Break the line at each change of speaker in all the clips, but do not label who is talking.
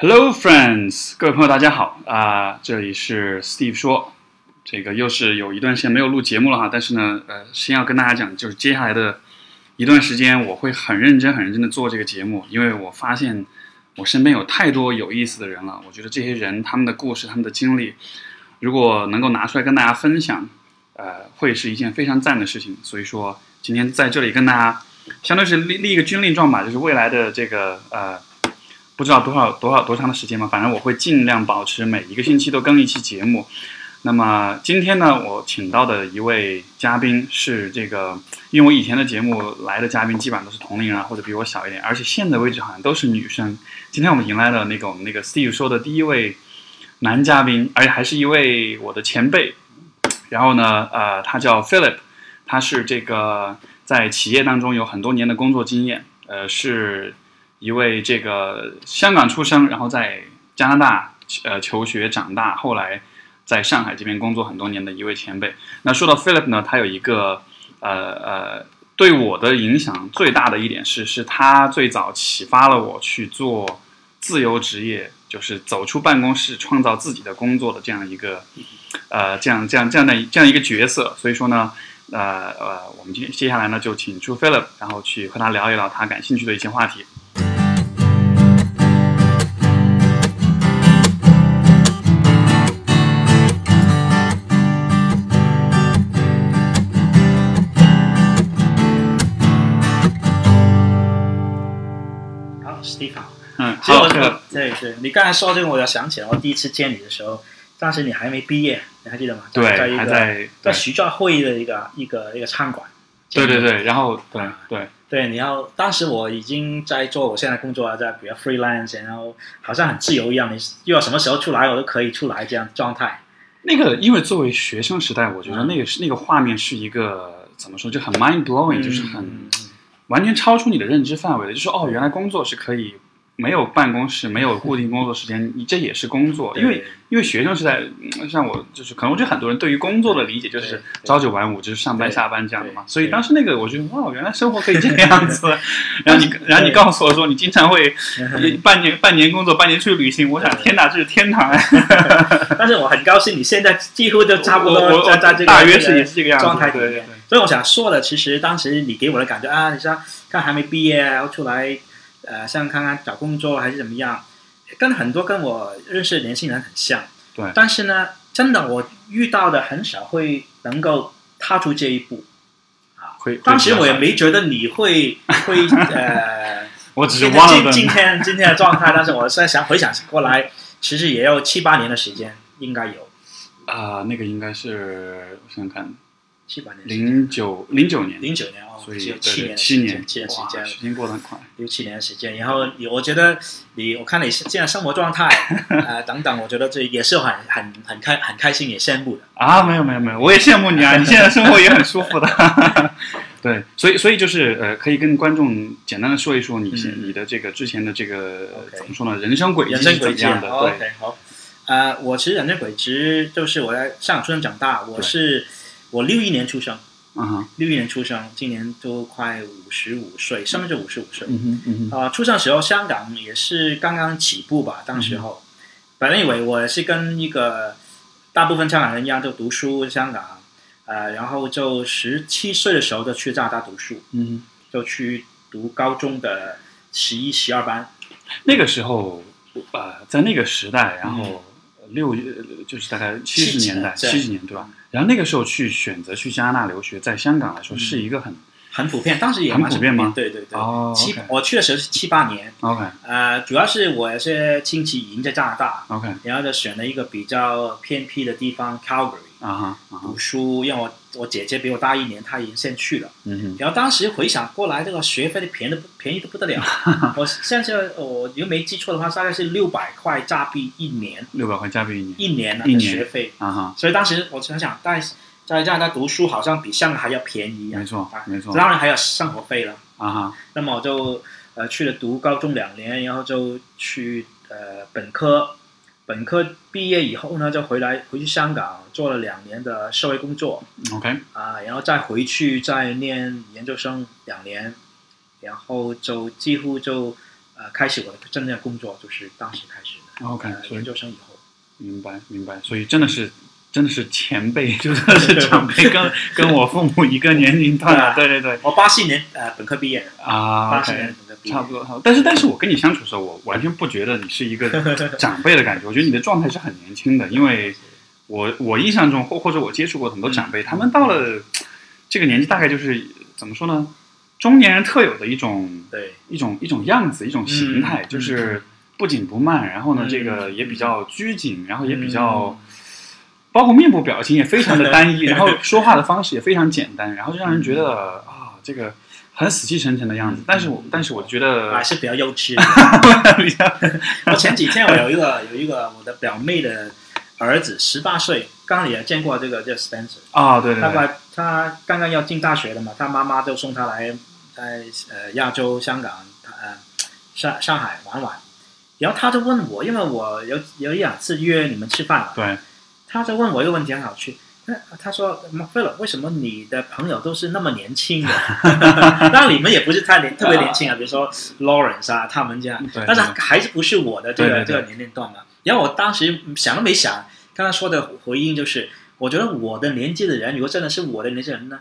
Hello, friends，各位朋友，大家好啊、这里是 Steve 说，这个又是有一段时间没有录节目了哈，但是呢，呃，先要跟大家讲，就是接下来的一段时间，我会很认真、很认真的做这个节目，因为我发现我身边有太多有意思的人了，我觉得这些人他们的故事、他们的经历，如果能够拿出来跟大家分享，呃，会是一件非常赞的事情。所以说，今天在这里跟大家，相当于是立立一个军令状吧，就是未来的这个呃，不知道多少多少多长的时间吧，反正我会尽量保持每一个星期都更一期节目。那么今天呢，我请到的一位嘉宾是这个，因为我以前的节目来的嘉宾基本上都是同龄人啊，或者比我小一点，而且现在为止好像都是女生。今天我们迎来了那个我们那个 Steve 说的第一位男嘉宾，而且还是一位我的前辈。然后呢，呃，他叫 Philip，他是这个在企业当中有很多年的工作经验，呃，是一位这个香港出生，然后在加拿大呃求学长大，后来在上海这边工作很多年的一位前辈。那说到 Philip 呢，他有一个呃呃对我的影响最大的一点是，是他最早启发了我去做自由职业，就是走出办公室，创造自己的工作的这样一个呃这样这样这样的这样一个角色。所以说呢。呃呃，我们今天接下来呢，就请出 Philip，然后去和他聊一聊他感兴趣的一些话题。
好，Steve 好。
嗯，
其实
好
我
，Philip，
对对，你刚才说这个，我就想起来，我第一次见你的时候，当时你还没毕业，你还记得吗？在
对，
一
还
个
在
在
对
徐家汇的一个一个一个餐馆。
对对对，然后对对
对，然后当时我已经在做我现在工作啊，在比较 freelance，然后好像很自由一样，你又要什么时候出来我都可以出来这样状态。
那个，因为作为学生时代，我觉得
嗯
那个是那个画面是一个怎么说，就很 mind
嗯
blowing，、就是很完全超出你的认知范围的，就是哦，原来工作是可以没有办公室，没有固定工作时间，你这也是工作，因为因为学生时代，嗯像我就是可能我觉得很多人对于工作的理解就是
对
朝九晚五，就是上班
对
下班这样的嘛。
对
所以
对
当时那个我觉得哇，原来生活可以这个样 子。然后你然后你告诉我说你经常会
对
半年半年工作，半年去旅行，我想
对
天哪，这是天堂呀！
但是我很高兴，你现在几乎就差不
我我
多
我
在在这个
大约
这
是
个
也是这个样子，
状态
对对
里
对
面。所以我想说的，其实当时你给我的感觉啊，你像看还没毕业，然后出来，呃，像看看找工作还是怎么样，跟很多跟我认识的年轻人很像。
对
但是呢，真的我遇到的很少会能够踏出这一步。
会会
当时我也
比较
没觉得你 会会呃，
我只是
今
忘了
今
的
今天今天的状态，但是我现在想回想过来，其实也要七八年的时间，应该有
啊，那个应该是我想想看，
七八年的时间，
零九零九年，
零九年哦，
所以
只有
对
七
对
年的
七年
时间，七年时
哇
间，
时间过得很快。
六七年的时间，然后你我觉得你，我看你现在生活状态，呃，等等，我觉得这也是很很很开很开心，也羡慕的。
啊，没有没有没有，我也羡慕你 啊！你现在生活也很舒服的， 对，所以所以就是呃，可以跟观众简单的说一说你现、
嗯
你的这个之前的这个呃
OK
怎么说呢，人生轨迹啊
人
是
生
怎
轨
么
迹
样的？
o
对，
k 好。呃，我其实人生轨迹就是我在上海出生长大，我
对
是我六一年出生，
嗯哼，
六一年出生，今年都快五十五岁，上面就五十五岁。
嗯哼嗯哼，
啊、出生时候香港也是刚刚起步吧，当
嗯
时候，反正以为我是跟一个大部分香港人一样，就读书香港，呃，然后就十七岁的时候就去加拿大读书，
嗯
就去读高中的十一、十二班，
哼，那个时候呃，在那个时代，然后六、呃就是大概七十年代，
70
七十年对吧？然后那个时候去选择去加拿大留学，在香港来说是一个很、
很普遍，当时也
很
蛮
普遍吗
对对对，
哦
七
OK
我去的时候是七八年，
OK
呃，主要是我有些亲戚已经在加拿大，
OK
然后就选了一个比较偏僻的地方 Calgary
啊哈啊哈
读书，因为我我姐姐比我大一年，她已经先去了。
嗯哼
然后当时回想过来，这个学费的便宜的便宜的不得 了。我现在呃我如果没记错的话，大概是六百块加币一年，
六百块加币一年
一年啊
一
的
年
学费。
啊哈，
所以当时我想想，在在加拿大读书好像比香港还要便宜啊
没，错没错
当然还有生活费了。
啊哈。
那么我就呃去了读高中两年，然后就去呃本科，本科毕业以后呢，就回来回去香港做了两年的社会工作。
OK，
啊，然后再回去再念研究生两年，然后就几乎就呃开始我的真正的工作，就是当时开始的。
OK，
呃
所以
研究生以后，
明白明白，所以真的是真的是前辈， 就真的是长辈，跟跟我父母一个年龄段啊，对对对
我八四年呃本科毕业的，
啊
八四年
，OK，
的本科毕业，
差不多差不多。但是但是我跟你相处的时候，我完全不觉得你是一个长辈的感觉，我觉得你的状态是很年轻的，因为我我印象中或或者我接触过很多长辈，他们到了这个年纪，大概就是怎么说呢，中年人特有的一种
对，
一种一种样子，一种形态，
嗯
就是不紧不慢，然后呢，
嗯
这个也比较拘谨，然后也比较，包括面部表情也非常的 单一，然后说话的方式也非常简单，然后就让人觉得啊，这个很死气沉沉的样子
嗯。
但是我但是我觉得
还，是比较幼 稚。
比较
我前几天我有一个有一个我的表妹的儿子，十八岁，刚刚也见过这个叫 Spencer，
啊，对对
他
对，
把他刚刚要进大学了嘛，他妈妈就送他来在呃亚洲香港呃上上海玩玩，然后他就问我，因为我有有一两次约你们吃饭嘛，
对
他就问我一个问题很有趣，他他说菲了，为什么你的朋友都是那么年轻的？ 当然你们也不是太年特别年轻啊，比如说 Lawrence 啊他们这样，
对
但是还是不是我的这个
对对对
这个年龄段嘛。然后我当时想都没想，刚才说的回应就是，我觉得我的年纪的人，如果真的是我的年纪的人呢，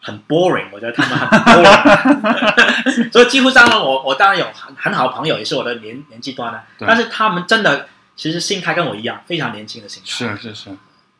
很 boring，我觉得他们很 boring。所以 几乎当然我我当然有很很好的朋友，也是我的年年纪段的，
对
但是他们真的其实心态跟我一样，非常年轻的心态。
是是是，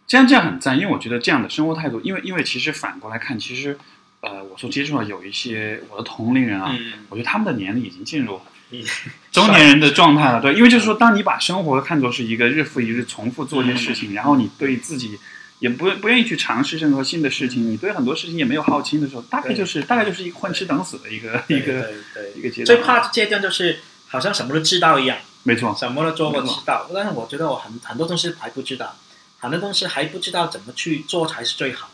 这样这样很赞，因为我觉得这样的生活态度，因为因为其实反过来看，其实呃，我所接触的有一些我的同龄人啊，
嗯，
我觉得他们的年龄已经进入
嗯
中年人的状态了，对，因为就是说，当你把生活看作是一个日复一日重复做一些事
嗯
情，然后你对自己也不不愿意去尝试任何新的事情，你对很多事情也没有好奇的时候，大概就是大概就是一个混吃等死的一个一个
对对
一个阶
对，
段。
最怕这段就是好像什么都知道一样，
没错，
什么都做过知道，但是我觉得我很很多东西还不知道，很多东西还不知道怎么去做才是最好，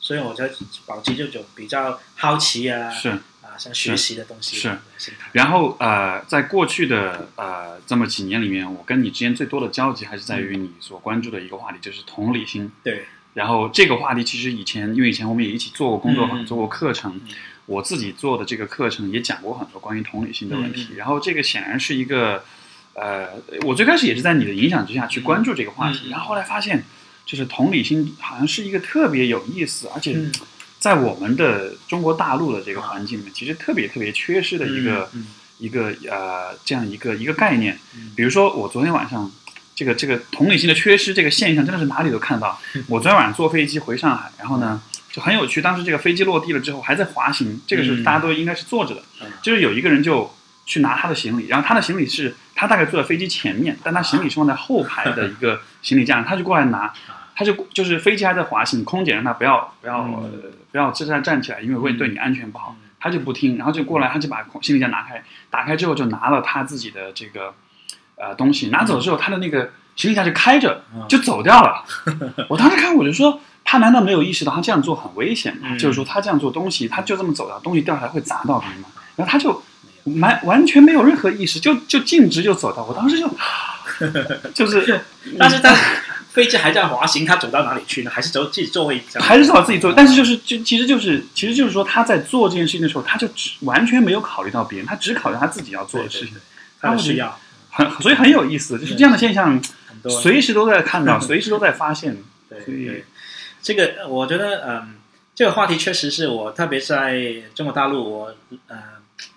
所以我就保持这种比较好奇啊
是。
啊，像学习的东西
是
心态。
然后呃，在过去的呃这么几年里面，我跟你之间最多的交集还是在于
嗯
你所关注的一个话题，就是同理心。
对，
然后这个话题其实以前，因为以前我们也一起做过工作坊，
嗯
做过课程，
嗯
我自己做的这个课程也讲过很多关于同理心的问题。
嗯
然后这个显然是一个，呃，我最开始也是在你的影响之下去关注这个话题，
嗯
然后后来发现，就是同理心好像是一个特别有意思，而且
嗯
在我们的中国大陆的这个环境里面，其实特别特别缺失的一个、
嗯
一个呃这样一个一个概念。
嗯
比如说我昨天晚上，这个这个同理心的缺失这个现象真的是哪里都看到。
嗯
我昨天晚上坐飞机回上海，然后呢就很有趣，当时这个飞机落地了之后还在滑行，这个是
嗯
大家都应该是坐着的，
嗯
就是有一个人就去拿他的行李，然后他的行李是他大概坐在飞机前面，但他行李是放在后排的一个行李架上，他就过来拿。
啊
他就就是飞机还在滑行，空姐让他不要不要、
嗯
呃不要站站站起来，因为会对你安全不好。
嗯
他就不听，然后就过来，他就把行李架拿开，打开之后就拿了他自己的这个呃东西，拿走之后，他的那个行李架就开着
嗯
就走掉 了。我当时看我就说，他难道没有意识到他这样做很危险吗？
嗯
就是说他这样做东西，他就这么走掉，东西掉下来会砸到别人吗？然后他就完完全没有任何意识，就就径直就走掉。我当 时就就是，
嗯但是 他飞机还在滑行，他走到哪里去呢？还是走自己座位上？
还是找自己做，但是就是就其实就是其实就是说他在做这件事情的时候，他就只完全没有考虑到别人，他只考虑他自己要做
对
的
对
事
对
情，，
他的需要
很所以很有意思，就是
对
这样的现象
很多。
随时都在看 到，随时都在发现。
对
所以
对，这个呃我觉得，嗯，这个话题确实是我特别在中国大陆，我呃，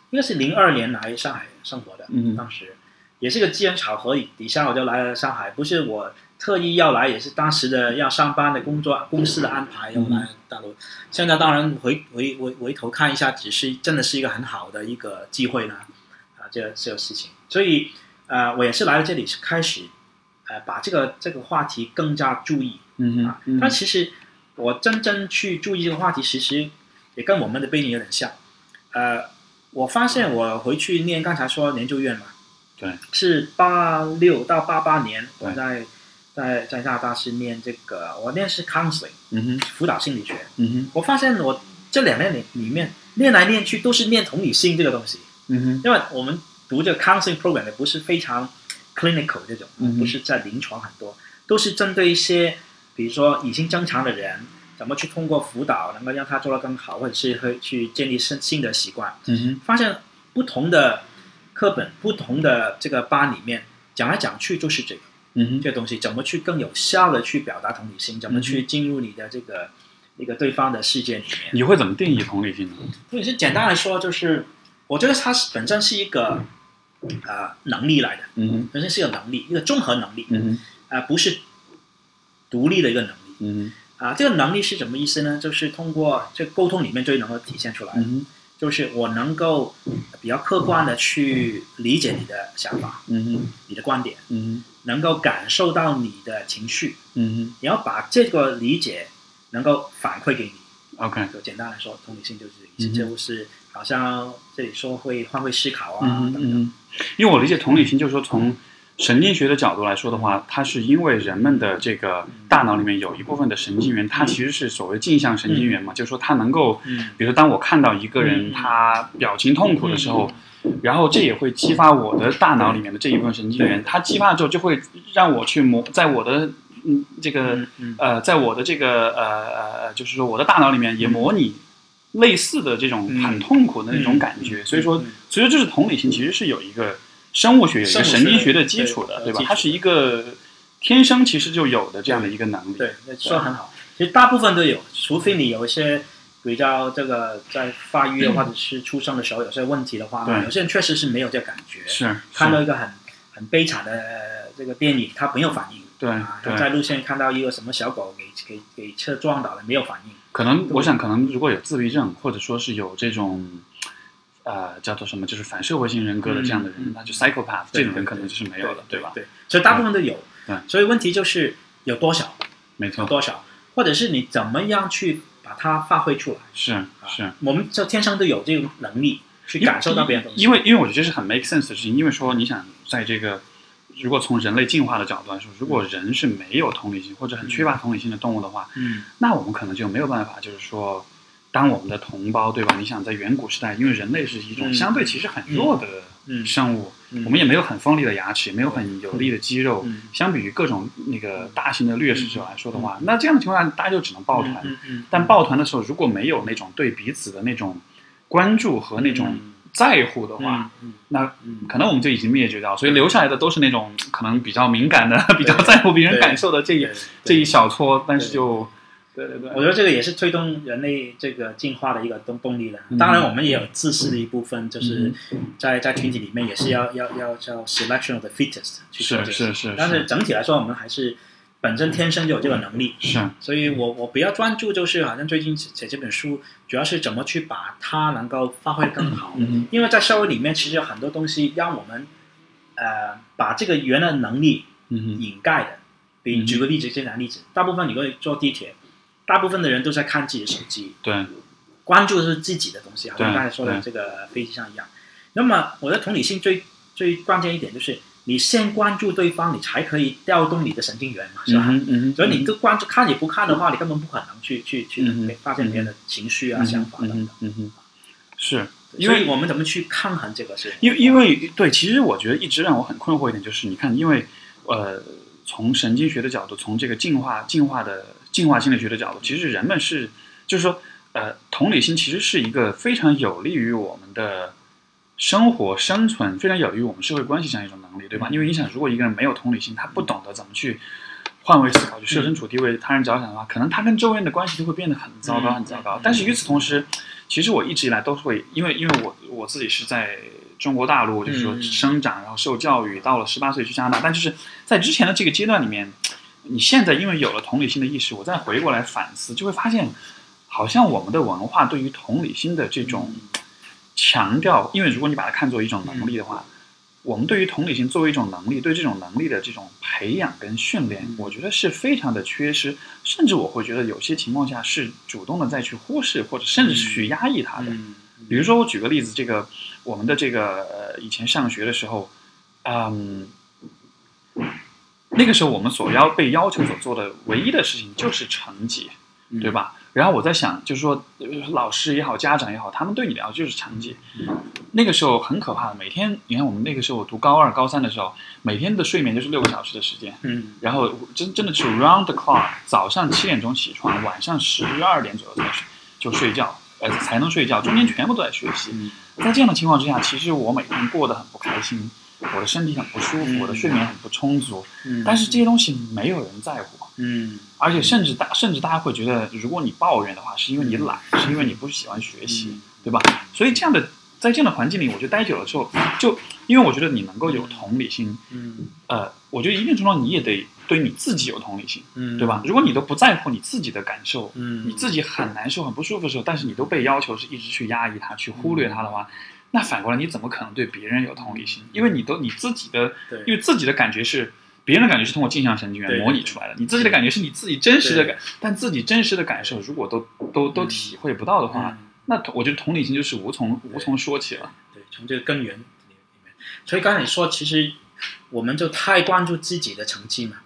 应该是零二年来上海生活的，
嗯
当时也是个机缘巧合底下我就来了上海，不是我特意要来，也是当时的要上班的工作公司的安排，
嗯
我来大陆。现在当然回回回回头看一下，只是真的是一个很好的一个机会呢，啊，这个这个事情，所以呃，我也是来了这里是开始。呃，把这个这个话题更加注意，
嗯
啊
嗯，
但其实我真正去注意这个话题，其实也跟我们的背景有点像。呃，我发现我回去念刚才说研究院嘛，
对，
是八六到八八年，
对
我在在在加拿大是念这个，我念是 counseling
嗯哼
辅导心理学。
嗯哼
我发现我这两年里里面念来念去都是念同理心这个东西，
嗯哼
因为我们读这个 counseling program 也不是非常 clinical 这种，
嗯哼
不是在临床很多，都是针对一些比如说已经正常的人，怎么去通过辅导能够让他做得更好，或者是会去建立新新的习惯。
嗯哼
发现不同的课本不同的这个班里面讲来讲去就是这个
嗯
这个东西，怎么去更有效的去表达同理心，怎么去进入你的这个那个对方的世界里面。
你会怎么定义同理心呢？
或者是简单来说，就是我觉得它是本身是一个呃能力来的，
嗯哼，
本身是一个能力，一个综合能力，
嗯哼，
啊、不是独立的一个能力。
嗯
啊，这个能力是什么意思呢？就是通过这沟通里面最能够体现出来
哼，，嗯哼，
就是我能够比较客观的去理解你的想法、
嗯哼，
你的观点，
嗯
能够感受到你的情绪，
哼，嗯
你要把这个理解能够反馈给你。
哼，OK，
就简单来说，同理心就是这个
嗯
意
哼
思，就是好像这里说会换位思考啊
嗯哼，
等
嗯
等。
哼，因为我理解同理心，就是说从神经学的角度来说的话，它是因为人们的这个大脑里面有一部分的神经元，它其实是所谓镜像神经元嘛，就是说它能够
嗯
比如说当我看到一个人
嗯
他表情痛苦的时候，然后这也会激发我的大脑里面的这一部分神经元，它激发了之后就会让我去模，在我的嗯这个
嗯嗯
呃，在我的这个呃呃呃，就是说我的大脑里面也模拟类似的这种
嗯
很痛苦的那种感觉，
嗯
所以说
嗯嗯，
所以说就是同理心其实是有一个生物学有一
生
个
物学
神经学的基础的，
对
对吧
基？础
它是一个天生其实就有的这样的一个能力。
嗯对，那说得很好。其实大部分都有，除非你有一些比较这个在发育啊或者是出生的时候有些问题的话，
对
有些人确实是没有这个感觉。
是
看
是
到一个很很悲惨的呃这个电影，他没有反应。
对
啊，
对
他在路线看到一个什么小狗给给给车撞倒了，没有反应。
可能我想，可能如果有自闭症，或者说是有这种，呃，叫做什么，就是反社会性人格的这样的人，
嗯嗯
那就 psychopath 这
对
种人
对
可能就是没有了，对吧？嗯
对，所以大部分都有。
对
所以问题就是有多少
没
有
错，
多少，或者是你怎么样去把它发挥出来。
是是。
我们就天生都有这种能力去感受到别人的东西。
因为因为我觉得这是很 make sense 的事情，因为说你想在这个，如果从人类进化的角度来说，如果人是没有同理心或者很缺乏同理心的动物的话，
嗯
那我们可能就没有办法，就是说，当我们的同胞，对吧？你想在远古时代，因为人类是一种
嗯
相对其实很弱的
嗯
生物，
嗯
我们也没有很锋利的牙齿，也没有很有力的肌肉，
嗯
相比于各种那个大型的掠食者来说的话，那这样的情况下，大家就只能抱团。
嗯嗯，
但抱团的时候，如果没有那种对彼此的那种关注和那种
嗯
在乎的话，
嗯
那
嗯
可能我们就已经灭绝掉，所以留下来的都是那种可能比较敏感的、 比较在乎别人感受的这一
对
这一小撮，但是就对对对，
我觉得这个也是推动人类这个进化的一个动动力了
嗯。
当然，我们也有自私的一部分，就是在在群体里面也是要要要叫 selection of the fittest 去
是
做这个事情。
是是
但是
是
整体来说，我们还是本身天生就有这个能力。
是，
所以我我比较专注，就是好像最近写写这本书，主要是怎么去把它能够发挥得更好。
嗯
因为在社会里面，其实有很多东西让我们呃把这个原来的能力
嗯
掩盖的。比
嗯
举个例子，简单例子，大部分你会坐地铁，大部分的人都在看自己的手机，
对，
关注的是自己的东西，好像
对
刚才说的
对
这个飞机上一样。那么我的同理心最最关键一点就是，你先关注对方，你才可以调动你的神经元嘛，是吧？
嗯嗯，
所以你都关注看也不看的话，你根本不可能去去去
嗯哼
发现别人的情绪啊、想法等等
嗯。嗯嗯，是。
对
因为
所以我们怎么去抗衡这个事？
因为因为对，其实我觉得一直让我很困惑一点就是，你看，因为呃，从神经学的角度，从这个进化进化的进化心理学的角度，其实人们是就是说，呃，同理心其实是一个非常有利于我们的生活生存，非常有利于我们社会关系这样一种能力，对
嗯
吧？因为你想，如果一个人没有同理心，他不懂得怎么去。换位思考，就设
嗯
身处地为他人着想的话，可能他跟周围人的关系就会变得很糟糕，
嗯
很糟糕
嗯。
但是与此同时，其实我一直以来都会，因为因为我我自己是在中国大陆，就是说
嗯
生长，然后受教育，到了十八岁去加拿大，但就是在之前的这个阶段里面，你现在因为有了同理心的意识，我再回过来反思，就会发现，好像我们的文化对于同理心的这种强调，因为如果你把它看作一种能力的话，我们对于同理心作为一种能力，对这种能力的这种培养跟训练
嗯，
我觉得是非常的缺失，甚至我会觉得有些情况下是主动的再去忽视或者甚至是去压抑它的。
嗯，
比如说，我举个例子，这个我们的这个呃，以前上学的时候，嗯，那个时候我们所要被要求所做的唯一的事情就是成绩，
嗯
对？吧？然后我在想，就是说，呃老师也好，家长也好，他们对你的要求就是成绩。
嗯
那个时候很可怕的，每天你看我们那个时候，我读高二、高三的时候，每天的睡眠就是六个小时的时间，
嗯
然后真真的是 round the clock，早上七点钟起床，晚上十二点左右才睡就睡觉，呃才能睡觉，中间全部都在学习。
嗯
在这样的情况之下，其实我每天过得很不开心，我的身体很不舒服，
嗯
我的睡眠很不充足，
嗯，
但是这些东西没有人在乎，
嗯
而且甚至大甚至大家会觉得，如果你抱怨的话，是因为你懒，是因为你不喜欢学习，
嗯
对吧？所以这样的在这样的环境里，我觉得待久了之后，就因为我觉得你能够有同理心，
嗯
呃，我觉得一定程度上你也得对你自己有同理心，
嗯，
对吧？？如果你都不在乎你自己的感受，
嗯，
你自己很难受、很不舒服的时候，但是你都被要求是一直去压抑它、去忽略它的
嗯
话，那反过来你怎么可能对别人有同理心？因为你都你自己的，
对，
因为自己的感觉是别人的感觉是通过镜像神经元
对
模拟出来的，你自己的感觉是你自己真实的
对
感，但自己真实的感受如果都都都
嗯
体会不到的话，
嗯
那我觉得同理心就是无从无从说起了。
对，从这个根源里面。所以刚才你说，其实我们就太关注自己的成绩嘛，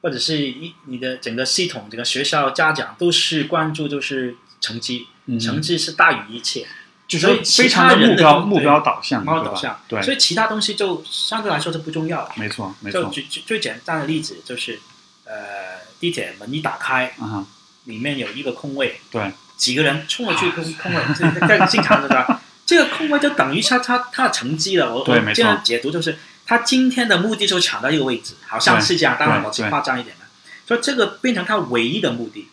或者是一你的整个系统、整个学校、家长都是关注就是成绩，
嗯
成绩是大于一切，
就是
所以其
非常
他
的
人
目
的
标
对
目标导向，
猫
嗯对
导
吧
向，
对，
所以其他东西就相对来说就不重要了。
没错没
就
错，
举举最简单的例子就是，呃，地铁门一打开，
啊哈，
里面有一个空位，
对，啊
几个人冲过去空空位， 这这经常这 个，这个空位就等于他他他的成绩了。我
对
我
没错
这样解读就是，他今天的目的就抢到这个位置，好像是这样，
对
当然
对
我是
对
夸张一点的，所以这个变成他唯一的目的。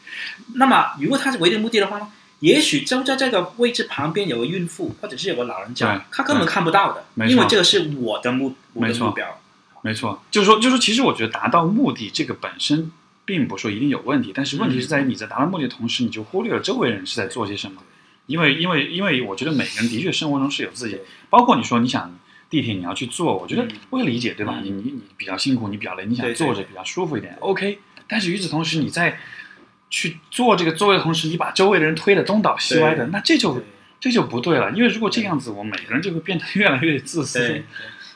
那么如果他是唯一的目的的话呢，也许就在这个位置旁边有个孕妇或者是有个老人
对
家，他根本看不到的
没，错
因为这个是我的目我
没
的
错
目标。
没错，就是说，就是说，其实我觉得达到目的这个本身，并不是说一定有问题，但是问
嗯
题是在于你在达到目的的同时，你就忽略了周围人是在做些什么。因为，因为，因为我觉得每个人的确生活中是有自己
对，
包括你说你想地铁你要去坐，我觉得
嗯
我也理解，对吧？
嗯
你你你比较辛苦，你比较累，你想
对对
坐着
对
比较舒服一点，OK。但是与此同时，你在去坐这个座位的同时，你把周围的人推得东倒西歪的，
对
那这就
对
这就不对了。因为如果这样子，我每个人就会变得越来越自 私。
对，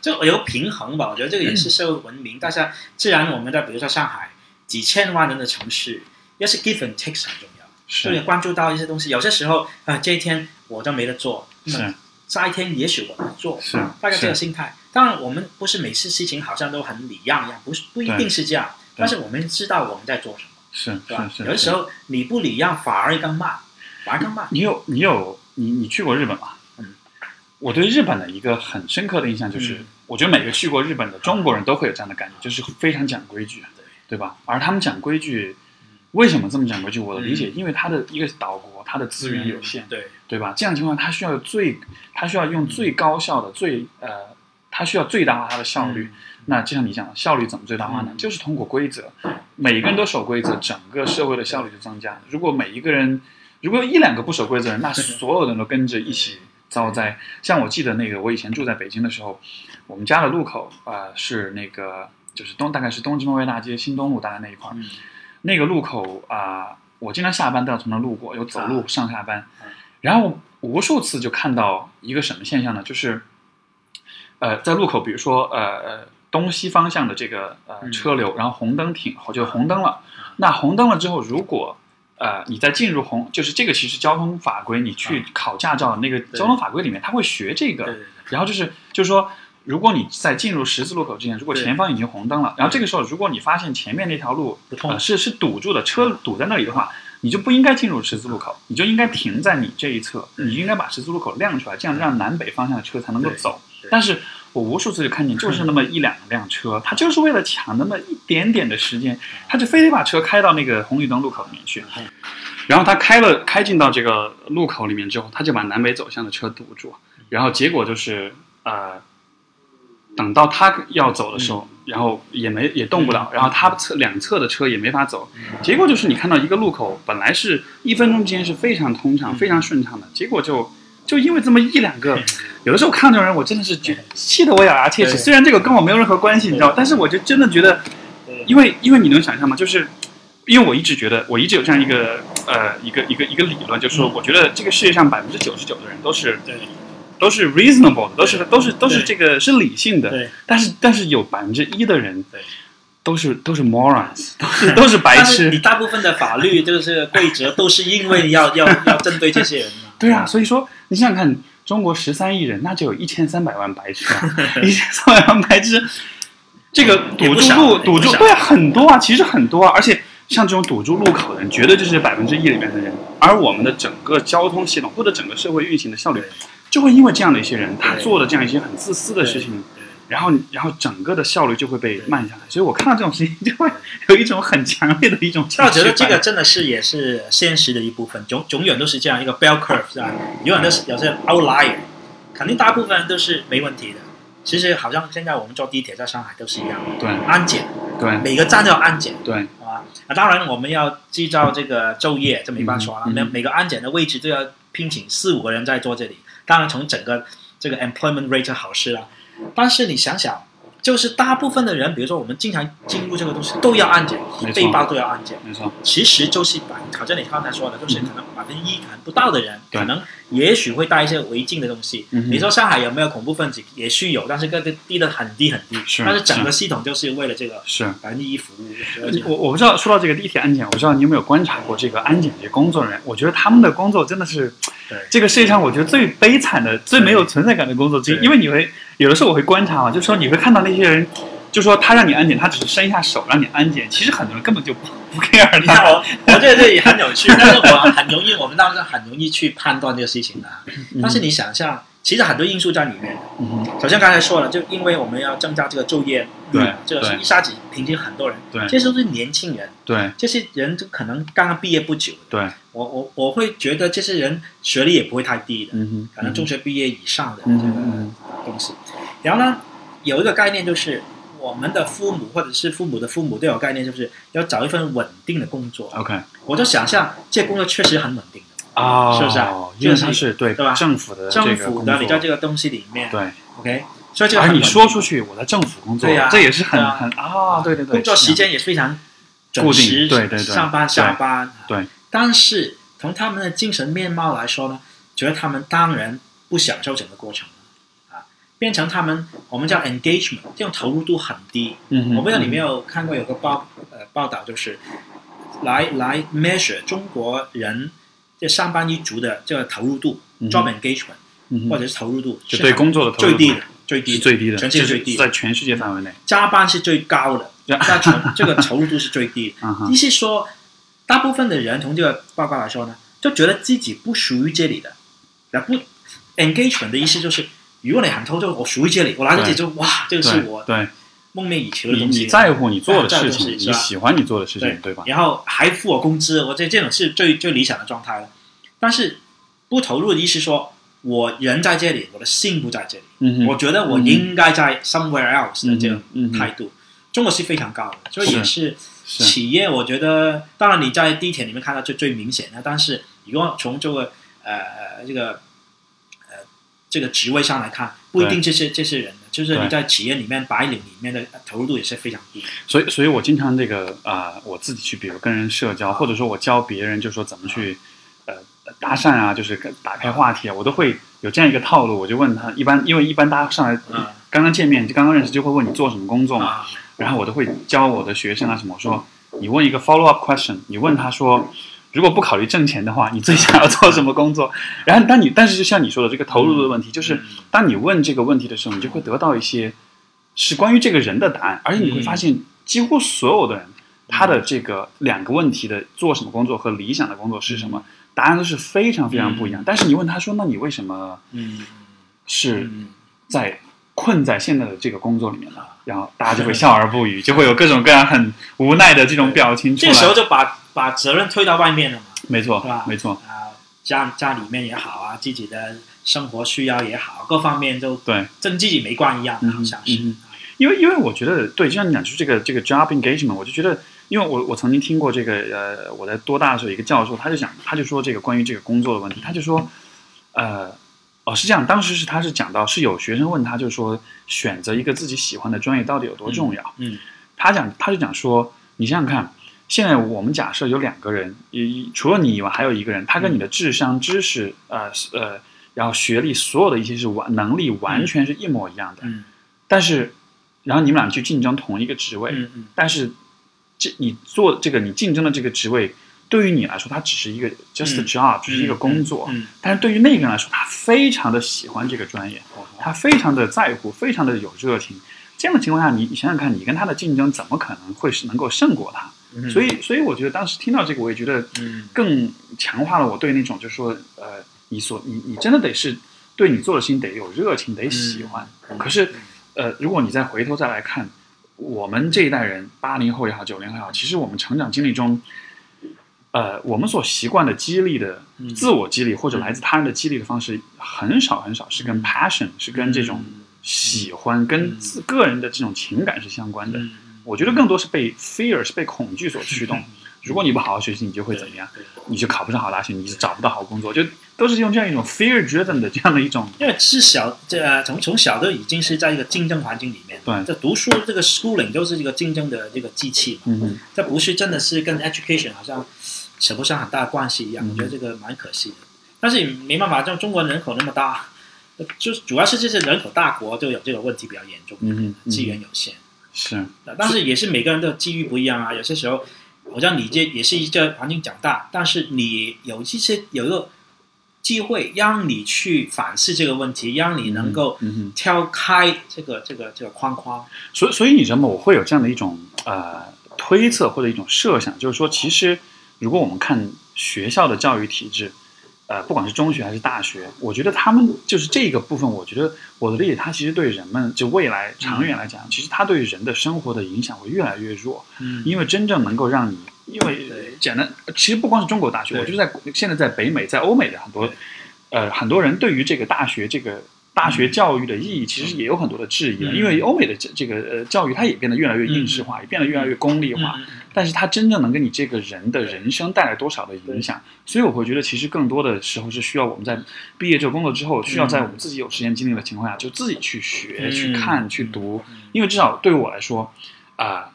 就有平衡吧。我觉得这个也是社会文明。大家既然我们在比如说上海几千万人的城市，要是 give and take 很重要，
是
就你关注到一些东西。有些时候啊、这一天我都没得做，
是
嗯，下一天也许我能做，
是
大概这个
是
心态。当然，我们不是每次事情好像都很礼让一样，不是不一
对
定是这样，
对
但是我们知道我们在做什么，
是
对吧？
是是，
有的时候你不礼让反而更慢，反而更慢。
你有你有你你去过日本吗？
嗯，
我对日本的一个很深刻的印象就是，
嗯
我觉得每个去过日本的中国人都会有这样的感觉，就是非常讲规矩，
对
对吧？而他们讲规矩
嗯，
为什么这么讲规矩？我的理解，因为他的一个岛国，他的资
嗯
源有限，
对，
对吧？这样的情况下，他需要最他需要用最高效的最呃，他需要最大化他的效率。那就像你讲的，效率怎么最大化呢？
嗯
就是通过规则，每个人都守规则，整个社会的效率就增加。如果每一个人，如果有一两个不守规则的人，那所有人都跟着一起遭灾。像我记得那个，我以前住在北京的时候，我们家的路口啊、呃是那个就是东大概是东直门外大街、新东路大概那一块儿，
嗯
那个路口啊、我经常下班都要从那儿路过，有走路上下班
啊，
然后无数次就看到一个什么现象呢？就是，呃，在路口，比如说呃呃东西方向的这个呃
嗯
车流，然后红灯停，就红灯了。那红灯了之后，如果呃，你在进入红，就是这个其实交通法规，你去
啊
考驾照的那个交通法规里面，他会学这个，
对对对
然后就是就是说，如果你在进入十字路口之前，如果
对
前方已经红灯了，然后这个时候如果你发现前面那条路
不通嗯
呃是是堵住的，车堵在那里的话，你就不应该进入十字路口，你就应该停在你这一侧，你就应该把十字路口亮出来，这样让南北方向的车才能够
嗯对
走
对。
但是我无数次就看见，就是那么一两辆车，他就是为了抢那么一点点的时
嗯
间，他就非得把车开到那个红绿灯路口里面去。然后他开了开进到这个路口里面之后，他就把南北走向的车堵住，然后结果就是呃，等到他要走的时候，然后也没也动不了，然后他侧两侧的车也没法走，结果就是你看到一个路口本来是一分钟之间是非常通畅、非常顺畅的，结果就就因为这么一两个。有的时候看到人，我真的是觉气得我咬牙切齿。
嗯对
虽然这个跟我没有任何关系，你知道，但是我就真的觉得
对
因为因为你能想象吗？就是因为我一直觉得，我一直有这样一个呃一个一个一个理论，就是
嗯
说，我觉得这个世界上百分之九十九的人都是
对
都是 reasonable 的，都是都是都是
对
这个是理性的，
对
但是但是有百分之一的人
对。
都是都是 morons，都 是都是白
但是你
痴。。
大部分的法律就是规则，都是因为要要要针对这些人嘛
对啊，所以说你想想看，中国十三亿人，那就有一千三百万白痴 啊，一千三百万白痴，这个
也
堵
不
住
少
路，
嗯也
堵
不
住
少
对啊，很多啊，其实很多啊，而且像这种堵住路口的人，绝对就是百分之一里面的人。而我们的整个交通系统或者整个社会运行的效率，就会因为这样的一些人，他做了这样一些很自私的事情，然后然后整个的效率就会被慢下来。所以我看到这种事情，就会有一种很强烈的一种。
但我觉得这个真的是也是现实的一部分，永永远都是这样一个 bell curve 是吧？永远都是有些 outlier，肯定大部分都是没问题的。其实好像现在我们坐地铁在上海都是一样的，
对
安检，
对
每个站都要安检，
对，
好吧？啊，当然我们要制造这个昼夜，这没办法了。
嗯嗯
每、每个安检的位置都要聘请四五个人在做这里，当然从整个这个 employment rate 好事啦。但是你想想，就是大部分的人，比如说我们经常进入这个东西都要安检
没，错
背包都要安检。
没错，
其实就是百，好像你刚才说的，就是可能百分之一可能不到的人，
对
可能也许会带一些违禁的东西。
嗯哼
你说上海有没有恐怖分子？也许有，但是个低的很低很低。
是
但是整个系统就是为了这个
是。
百分之一服务。我觉得
我我不知道，说到这个地铁安检，我不知道你有没有观察过这个安检这工作人员？我觉得他们的工作真的是
对
这个世界上我觉得最悲惨的、最没有存在感的工作之一。
对
因为你会有的时候我会观察啊，就说你会看到那些人，就说他让你安检，他只是伸一下手让你安检，其实很多人根本就不不 care
你看
他。
我，我觉得这也很有趣，但是我很容易，我们当时很容易去判断这个事情的。但是你想象，其实很多因素在里面。
嗯哼
首先刚才说了，就因为我们要增加这个就业率
对，
这个是
对
一下子平均很多人，
对
这些都是年轻人，
对
这些人就可能刚刚毕业不久。
对，
我我我会觉得这些人学历也不会太低的，
嗯哼，
可能中学毕业以上的这
嗯
个
哼嗯
东西。然后呢，有一个概念就是，我们的父母或者是父母的父母都有概念，就是要找一份稳定的工作。
，OK
我就想象这工作确实很稳定的，
啊
是不是啊
因为他是对
对吧
政府的这
政
个
府
工
的
作
你在这个东西里面
对，
，OK，所以这个
而
很
你
稳
说
定
出去，我在政府工作
对呀，
这也是
对
很
啊
很啊，对对对，
工作
是
时
这样
间也非常
固定
准时，
对对对
上班下班。
对，
但是从他们的精神面貌来说呢，觉得他们当然不享受整个过程了啊，变成他们我们叫 engagement，这种投入度很低。
嗯哼，
我不知道你没有看过有个报呃报道，就是来来 measure 中国人这上班一族的这个投入度、
嗯哼
job engagement
嗯哼
或者是投入度，
就对工作的投入
最
度
低的最低
是
的
最低的，
全世界最
就
低
是
的
在啊全世界范围内。
加班是最 高的，
呀
那从这个投入度是最低 的。
嗯哼，
意思说，大部分的人从这个报告来说呢，就觉得自己不属于这里的，那不 engagement 的意思就是，如果你很投入，我属于这里，我来到这里就哇，这个是
对
我
对，
梦寐以求的
你
东西。
你啊在乎你做的
在乎
事
的
情，
事情
你
是吧
喜欢你做的事情，对吧？
然后还付我工资，我这这种是最最理想的状态了。但是不投入的意思说，我人在这里，我的心不在这里，
嗯哼，
我觉得我
嗯
应该在 somewhere else 的
嗯
这种
哼嗯
态
哼，
度，中国是非常高的，所以也是
是
企业，我觉得当然你在地铁里面看到最最明显的，但是如果从这个呃呃这个呃这个职位上来看，不一定这些这些人的，就是你
对
在企业里面白领里面的投入度也是非常低。
所以所以我经常这个啊、我自己去比如跟人社交，或者说我教别人，就说怎么去呃搭讪啊，就是跟打开话题啊，我都会有这样一个套路。我就问他，一般因为一般大家上来
嗯
刚刚见面就刚刚认识，就会问你做什么工作嘛，
啊，
然后我都会教我的学生啊什么，我说你问一个 follow up question，你问他说，如果不考虑挣钱的话，你最想要做什么工作？ 然后当你但是就像你说的这个投入的问题，就是
嗯
当你问这个问题的时候，你就会得到一些是关于这个人的答案，而且你会发现几乎所有的人他的这个两个问题的做什么工作和理想的工作是什么，答案都是非常非常不一样。但是你问他说，那你为什么
嗯
是？
嗯，
在困在现在的这个工作里面了，然后大家就会笑而不语， 就会有各种各样很无奈的这种表情出
这
来。
个时候就把把责任推到外面了嘛，
没
是吧
错，没错，
啊，家家里面也好啊，自己的生活需要也好，各方面都
对，
跟自己没关一样
嗯
的，好像是。
嗯因为因为我觉得对，就像你讲，就是这个这个 job engagement，我就觉得，因为我我曾经听过这个呃，我在多大的时候一个教授，他就讲，他就说这个关于这个工作的问题，他就说，呃。哦，是这样，当时是他是讲到是有学生问他，就是说选择一个自己喜欢的专业到底有多重要？
嗯
他讲，他就讲说，你想想看，现在我们假设有两个人，一除了你以外还有一个人，他跟你的智商、知识、呃呃，然后学历，所有的一些是完能力完全是一模一样的，
嗯
但是，然后你们俩去竞争同一个职位，
嗯嗯，
但是这你做这个你竞争的这个职位，对于你来说，它只是一个 just a
嗯
job，、只是一个工作，
嗯，
但是对于那个人来说，他非常的喜欢这个专业，
嗯
他非常的在乎，非常的有热情，这样的情况下，你你想想看，你跟他的竞争怎么可能会是能够胜过他？
嗯
所以，所以我觉得当时听到这个，我也觉得
嗯
更强化了我对那种就是说，呃，你所你你真的得是对你做的事情得有热情，得喜欢。
嗯
可是，呃，如果你再回头再来看，我们这一代人，八零后也好，九零后也好，其实我们成长经历中，呃，我们所习惯的激励的、
嗯
自我激励或者来自他人的激励的方式，很少很少是跟 passion 是跟这种
嗯
喜欢、跟
嗯
自个人的这种情感是相关的。
嗯
我觉得更多是被 fear 是被恐惧所驱 动。如果你不好好学习，你就会怎么样？
对对
你就考不上好大学，你就找不到好工作，就都是用这样一种 fear driven 的这样的一种
因为至小这呃从从小都已经是在一个竞争环境里面，
对
这读书这个 schooling 就是一个竞争的这个机器嘛，
嗯
这不是真的是跟 education 好像扯不上很大的关系一样，
嗯
我觉得这个蛮可惜的。但是也没办法，像中国人口那么大，就主要是这些人口大国就有这个问题比较严重，
嗯嗯
资源有限。
是
但是也是每个人的机遇不一样啊，有些时候，好像你这也是一个环境长大，但是你有一些有一个机会让你去反思这个问题，让你能够
嗯
挑开这个这个这个框框。
哼，所以所以你知道吗？我会有这样的一种呃推测或者一种设想，就是说，其实如果我们看学校的教育体制，呃，不管是中学还是大学，我觉得他们就是这个部分，我觉得我的理解，它其实对人们就未来长远来讲，其实它对人的生活的影响会越来越弱。
嗯
因为真正能够让你，因为
对
简单，其实不光是中国大学，
对
我觉得在现在在北美、在欧美的很多
对，
呃，很多人对于这个大学这个大学教育的意义，其实也有很多的质疑了，
嗯
因为欧美的这这个呃教育，它也变得越来越应试化，也变得越来
嗯
越功利化，但是它真正能给你这个人的人生带来多少的影响？所以我会觉得，其实更多的时候是需要我们在毕业之后工作之后，需要在我们自己有时间精力的情况下，就自己去学、
嗯
去看、去读，
嗯
因为至少对我来说，啊、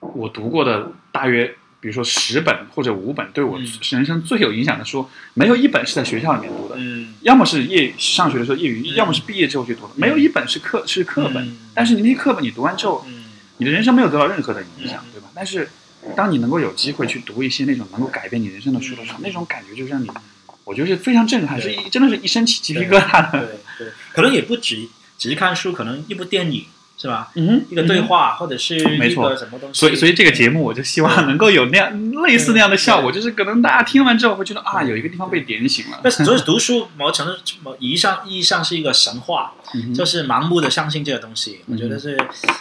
我读过的大约比如说十本或者五本对我
嗯
人生最有影响的书，没有一本是在学校里面读的，
嗯，
要么是业上学的时候业余，
嗯
要么是毕业之后去读的，没有一本是课是课本。
嗯
但是你那课本你读完之后，
嗯
你的人生没有得到任何的影响
嗯，
对吧？但是当你能够有机会去读一些那种能够改变你人生的书的时候，
嗯
那种感觉就让你，我觉得是非常震撼，是
对
一真的是一身起鸡皮疙瘩的。
对对，可能也不止只是看书，可能一部电影是吧？
嗯哼，
一个对话，或者是
没
一
错
个什么东西。
所以，所以这个节目我就希望能够有那样类似那样的效果，就是可能大家听完之后会觉得啊，有一个地方被点醒了
但。是所以读书某程度某意义上意义上是一个神话，
嗯哼
就是盲目的相信这个东西。我觉得是，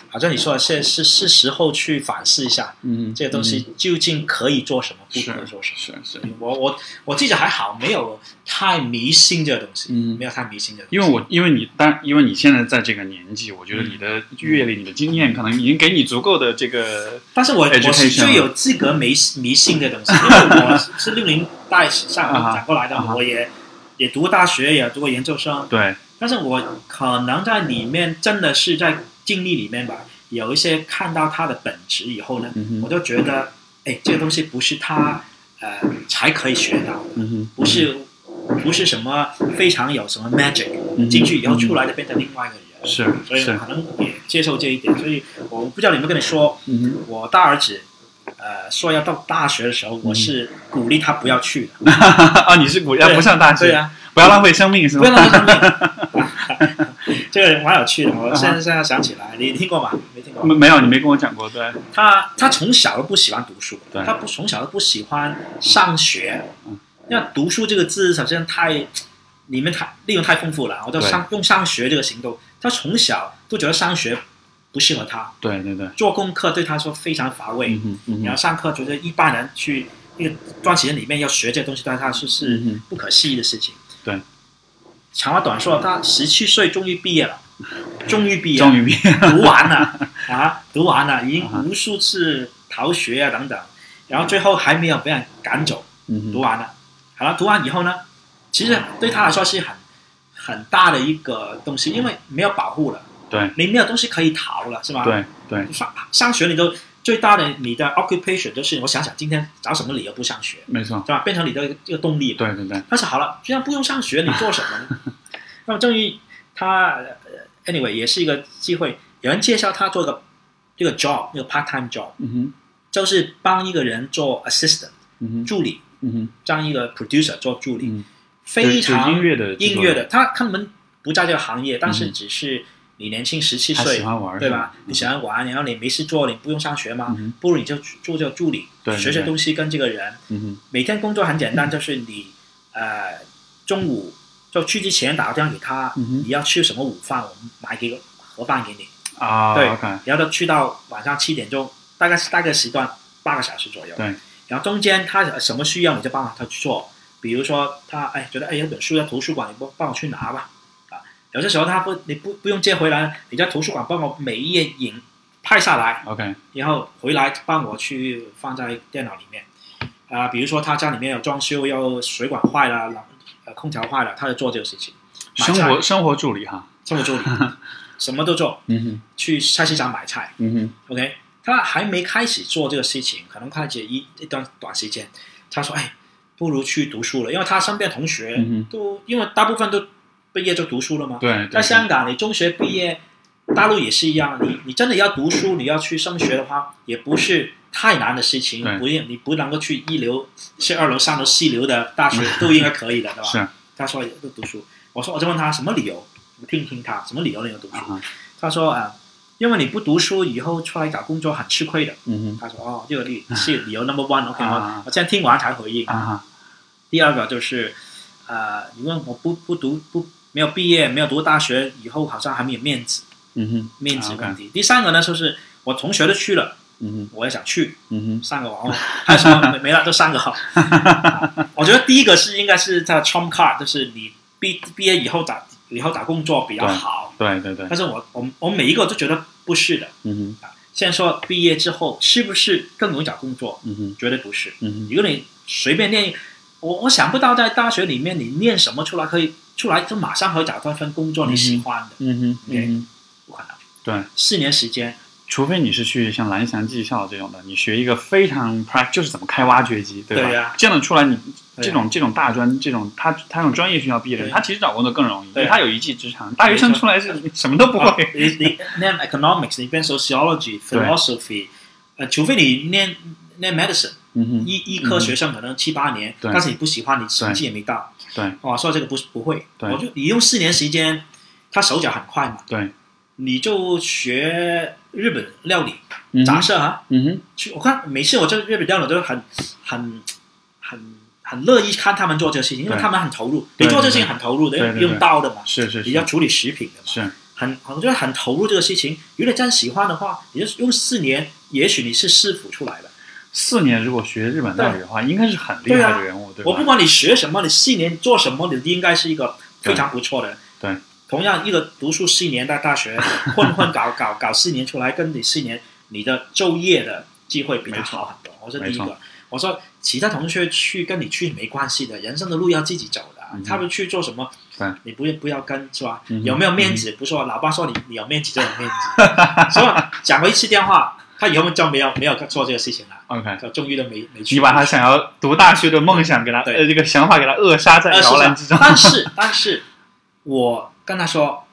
好像你说的是是是时候去反思一下
嗯哼，
这个东西究竟可以做什么，不
是
可以做什么。
是是，
我我我记得还好，没有太迷信这个东西，
嗯
没有太迷信这个东西。
因为我因为你当因为你现在在这个年纪，我觉得你
嗯
的阅历、你的经验可能已经给你足够的这个
但是我我是
education 啊
最有资格迷迷信这个东西，因为 我是是六零代上
啊哈
长过来的
啊哈，
我也也读过大学，也读过研究生，
对，
但是我可能在里面真的是在经历里面吧，有一些看到它的本质以后呢，
嗯
我
哼，
就觉得，哎，这个东西不是它呃才可以学到的，
嗯哼，
不是不是什么非常有什么 magic，
嗯
进去以后出来就变成另外一个人，
是
所以
是，
可能也接受这一点，所以我不知道有没有跟你说，
嗯哼，
我大儿子。呃，说要到大学的时候，我是鼓励他不要去的。
啊，你是不要不上大
对
学，
啊，
不要浪费生命是
不
吗
要？浪费 生命。这个人蛮有趣的，我现在现在想起来，你听过吗？没听过
没
吗。
没有，你没跟我讲过，对，
他他从小都不喜欢读书，
对
他不从小都不喜欢上学
嗯。
因为读书这个字首先太里面太内容太丰富了，我就
对
上用上学这个行动，他从小都觉得上学不适合他，
对对对，
做功课对他说非常乏味，
嗯哼，嗯
然
哼
后上课觉得一般人去那个段时间里面要学这东西，对他是是
嗯哼
不可思议的事情。
对，
长话短说，他十七岁终于毕业了，终于毕业了，
终于毕 业，
读完 了啊，读完了，已经
啊哈
无数次逃学啊等等，然后最后还没有被人赶走，
嗯
读
哼，
完了。好了，读完以后呢，其实对他来说是很很大的一个东西，因为没有保护了，
对
你没有东西可以逃了，是吧？
对对，
上上学你都最大的你的 occupation 就是我想想今天找什么理由不上学，
没错，
对吧？变成你的一个一个动力嘛。
对对对，
但是好了，既然不用上学，你做什么 呢？那么终于他呃 anyway 也是一个机会，有人介绍他做个这个 job，一个 part time job，
嗯哼，
就是帮一个人做 assistant
嗯哼，
助理，
嗯哼，
让一个 producer 做助理，
嗯，
非
就是
常
音乐的制
音
作
乐
人
的，他他们不在这个行业，但是
嗯
只是你年轻十七
他
岁
喜，欢玩儿，
对吧？你喜欢玩，然后你没事做，你不用上学吗？
嗯哼
不如你就做这个助理，
对
学学
对
东西跟这个人。
嗯哼？
每天工作很简
嗯
单，就是你呃中午就去之前打个电话给他，
嗯哼
你要吃什么午饭，我们买几个盒饭给你。
嗯哼啊，
对
OK，
然后就去到晚上七点钟，大概是大概时段八个小时左右。
对，
然后中间他有什么需要你就帮他去做，比如说他哎觉得哎有本书在图书馆，你帮帮我去拿吧。啊，有些时候他不你不不用借回来，你在图书馆帮我每一页影拍下来，
OK，
然后回来帮我去放在电脑里面。啊、比如说他家里面有装修，要水管坏了，冷呃空调坏了，他就做这个事情。买菜
生活生活助理哈，
生 活助理，什么都做，
嗯哼，
去菜市场买菜。
嗯哼，
OK，他还没开始做这个事情，可能开始一一段短时间，他说：“哎，不如去读书了。”因为他身边同学
嗯哼
都、因为大部分都毕业就读书了嘛。
对，对
在香港，你中学毕业，大陆也是一样，你你真的要读书，你要去升学的话，也不是太难的事情
对，
不用你不能够去一流、去二流、三流、四流的大学都应该可以的，对吧？
是
他说要读书，我说我就问他什么理由，我听听他什么理由你要读书，
啊，
他说啊、呃因为你不读书以后出来找工作很吃亏的。
嗯
他说哦，这个理是理由 number one，OK、
啊
吗？我现在听完才回应
哼，。啊哈，
第二个就是，呃，你问我不不读不没有毕业没有读大学以后好像还没有面子
嗯哼，
面子
啊，OK
问题。第三个呢就是我同学都去了，
嗯哼，
我也想去，
嗯哼，
三个王，还有什么没没 了，都三个好、啊我觉得第一个是应该是他的 trump card，就是你毕毕业以后打以后打工作比较好，
对对对，
但是我我我每一个都觉得不是的。
嗯哼，
现在说毕业之后是不是更容易找工作？
嗯哼，
绝对不是。
嗯哼，
如果你随便念，我我想不到在大学里面你念什么出来可以出来就马上可以找到一份工作你喜欢的，
嗯哼，嗯哼。
不可能。
对，
四年时间，
除非你是去像蓝翔技校这种的，你学一个非常 prac，就是怎么开挖掘机，对吧？
对呀
这样的出来你
对呀
这种这种大专这种他他那种专业学校毕业的人，
对
他其实找工作更容易，因
对
为
呀
他有一技之长。大学生出来是什么都不
啊
会。
你你念 economics，你变 sociology、philosophy，呃，除非你念念 medicine，
嗯哼，
医医科学生可能七八年，
对
但是你不喜欢，你成绩也没到。
对，
哦，说这个不是不会，
对
我就你用四年时间，他手脚很快嘛，
对，
你就学日本料理，
嗯
假
哼，
设哈，
嗯哼，
去我看每次我这日本料理都很很很很乐意看他们做这个事情，因为
对
他们很投入。
对
你做这个事情很投入的，
对对
因为
对
用刀的嘛，
是是
你要
是
处理食品的嘛，
是，
很我觉得很投入这个事情。如果你真喜欢的话，你就用四年，也许你是师傅出来的。
四年如果学日本料理的话，应该是很厉害的人物，对
我不
吧？
管你学什么，你四年做什么，你应该是一个非常不错的人。
对对
同样一个读书四年在大学混混搞搞搞四年出来，跟你四年你的就业的机会比他好很多。我说第一
没
个，我说其他同学去跟你去没关系的，人生的路要自己走的，
嗯哼
他们去做什么
对，
你不不要跟是吧？
嗯哼
有没有面子不说，老爸说你你有面子就有面子。 所以讲过一次电话，他以后就没有没有做这个事情了，
OK，
就终于都没没去。
你把他想要读大学的梦想给他，
对
呃，这个想法给他扼杀在
呃是
摇
的
篮之中。
但是，但是我跟他说，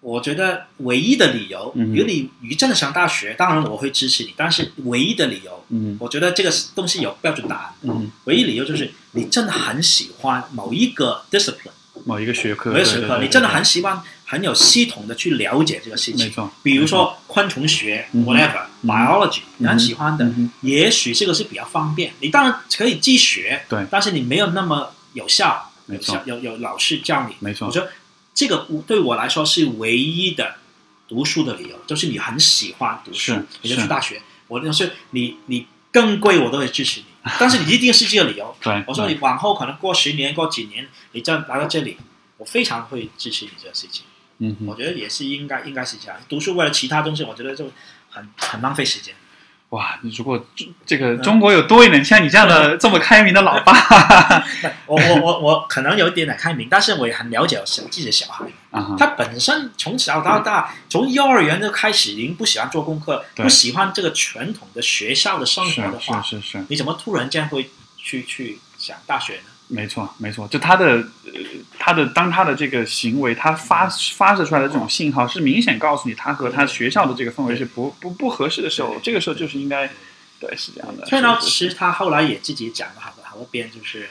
我觉得唯一的理由，
嗯哼
如果你你真的上大学，当然我会支持你，但是唯一的理由，
嗯
我觉得这个东西有标准答案。
嗯，
唯一理由就是你真的很喜欢某一个 discipline，
某一个学科，
某一个学
对
科，你真的很，喜欢，很有系统的去了解这个事
对对没
情。
错。
比如说昆虫学
嗯哼
，whatever
嗯哼
biology，你很喜欢的
嗯哼，
也许这个是比较方便。你当然可以自学，
对
但是你没有那么有效，
没
有
错
效有有老师教你。
没错
我觉得这个对我来说是唯一的读书的理由，就是你很喜欢读书
是，
你就是去大学。我就是你你更贵我都会支 持你，但是你一定是这个理由。
对，
我说你往后可能过十年过几年，你再来到这里，我非常会支持你这个事情。
嗯哼
我。觉得也是应该应该是这样。读书为了其他东西，我觉得就很很浪费时间。
哇，如果这这
嗯
个中国有多一点像你这样的这么开明的老 爸
我我我我可能有一点点开明，但是我也很了解我小自己的小孩，
啊哈，
他本身从小到大，从幼儿园就开始已经不喜欢做功课，
对
不喜欢这个传统的学校的生活的
是
话，
是是是，
你怎么突然间会去去想大学呢？
没错没错，就他的呃他的当他的这个行为，他
嗯
发发射出来的这种信号是明显告诉你，他和他学校的这个氛围是不不不合适的时候，
对
这个时候就是应该对是这样的。
崔老
是是
师他后来也自己讲了好多好多遍，就是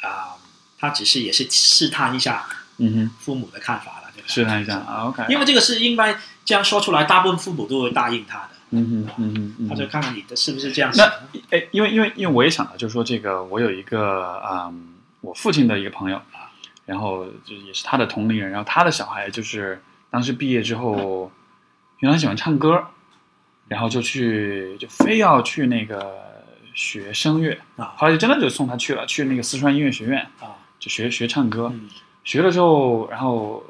啊、他只是也是试探一下
嗯哼，
父母的看法了，就是
试探一下
啊，OK，
因为这个是应该这样说出来，大部分父母都会答应他的。
嗯哼嗯哼嗯
他
哼
就看看你的是不是这样
那
想。
哎，因为因为因为我也想到，就是说这个，我有一个嗯，我父亲的一个朋友，然后就是也是他的同龄人，然后他的小孩就是当时毕业之后，因为他喜欢唱歌，然后就去就非要去那个学声乐
啊
后来就真的就送他去了，去那个四川音乐学院
啊，
就学学唱歌，
嗯
学了之后，然后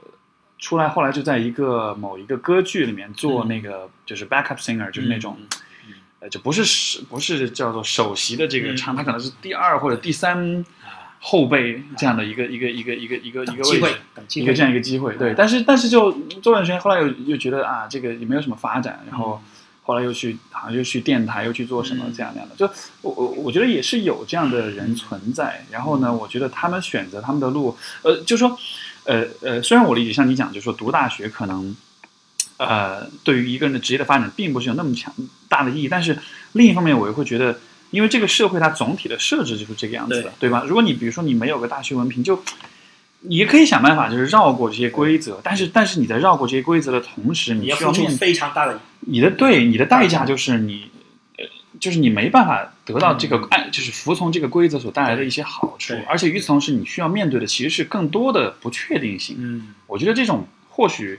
出来，后来就在一个某一个歌剧里面做那个就是 backup singer，、就是那种
嗯嗯，
呃，就不是是不是叫做首席的这个
嗯
唱，他可能是第二或者第三
啊
后辈这样的一个一个一个一个一个一个
机
位
会
置。，
等机
啊一
会
个这样一个机会，对，但是但是就做段时间，后来又又觉得啊，这个也没有什么发展，然后后来又去好像又去电台，又去做什么
嗯
这样那样的，就我我我觉得也是有这样的人存在。然后呢，我觉得他们选择他们的路，呃，就说，呃呃，虽然我理解像你讲，就说读大学可能，呃，对于一个人的职业的发展并不是有那么强大的意义，但是另一方面，我也会觉得。因为这个社会它总体的设置就是这个样子的，对
对
吧？如果你比如说你没有个大学文凭，就你也可以想办法，就是绕过这些规则。但是，但是你在绕过这些规则的同时，
你
你
要
需要
付出
面
非常大的，
你的对你的代价就是你，呃，
嗯
就是你没办法得到这个按，就是服从这个规则所带来的一些好处
对，
而且与此同时，你需要面对的其实是更多的不确定性。
嗯，
我觉得这种或许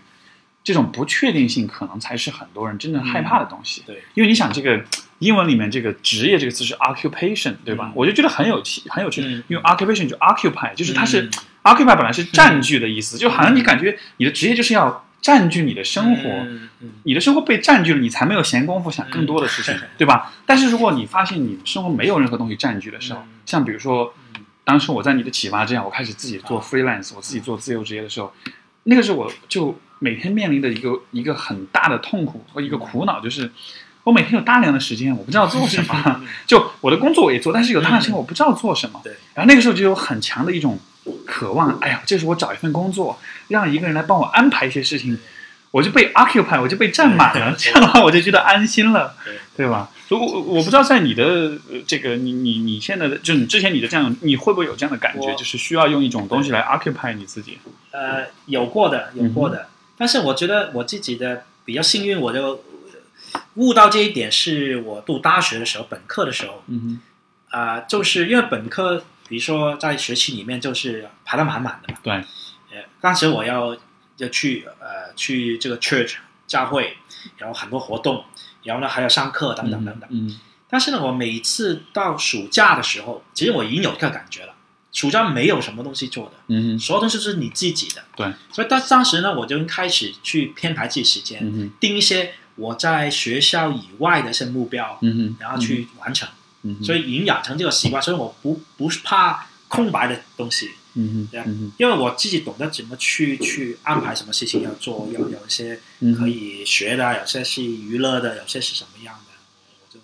这种不确定性，可能才是很多人真正害怕的东西。
嗯对，
因为你想，这个英文里面这个职业这个词是 occupation，对吧？
嗯
我就觉得很有趣，很有趣，
嗯
因为 occupation 就 occupy，就是它是、
嗯
occupy 本来是占据的意思，就好像你感觉你的职业就是要占据你的生活。
嗯嗯
你的生活被占据了，你才没有闲工夫想更多的事情，
嗯
对吧？但是如果你发现你生活没有任何东西占据的时候，
嗯
像比如说
嗯，
当时我在你的启发之下，我开始自己做 freelance，、我自己做自由职业的时候，那个是我就每天面临的一个一个很大的痛苦和一个苦恼，就是我每天有大量的时间，我不知道做什么。就我的工作我也做，但是有大量时间我不知道做什么。
对，
然后那个时候就有很强的一种渴望，哎呀，这是我找一份工作，让一个人来帮我安排一些事情，我就被 occupy，我就被占满了，这样的话我就觉得安心了，
对
对吧？所以我，我我不知道在你的呃这个你你你现在的就你之前你的这样，你会不会有这样的感觉，
我
就是需要用一种东西来 occupy 你自己？
呃，有过的，有过
嗯
的，但是我觉得我自己的比较幸运，我就悟到这一点，是我读大学的时候，本科的时候
嗯
啊、就是因为本科，比如说在学期里面就是排得满满的嘛，
对，
呃，当时我要要去呃去这个 church 教会，然后很多活动，然后呢还要上课等等等等。
嗯
但是呢，我每次到暑假的时候，其实我已经有这个感觉了，暑假没有什么东西做的，
嗯
所有东西都是你自己的。
对，
所以当当时呢，我就开始去编排自己时间，
嗯哼
定一些我在学校以外的一些目标，
嗯哼，
然后去完成。
嗯哼，
所以已经养成这个习惯，所以我不不是怕空白的东西，
嗯哼
对
嗯哼
因为我自己懂得怎么去去安排什么事情要做，有有一些
嗯哼
可以学的，啊有些是娱乐的，有些是什么样的，我就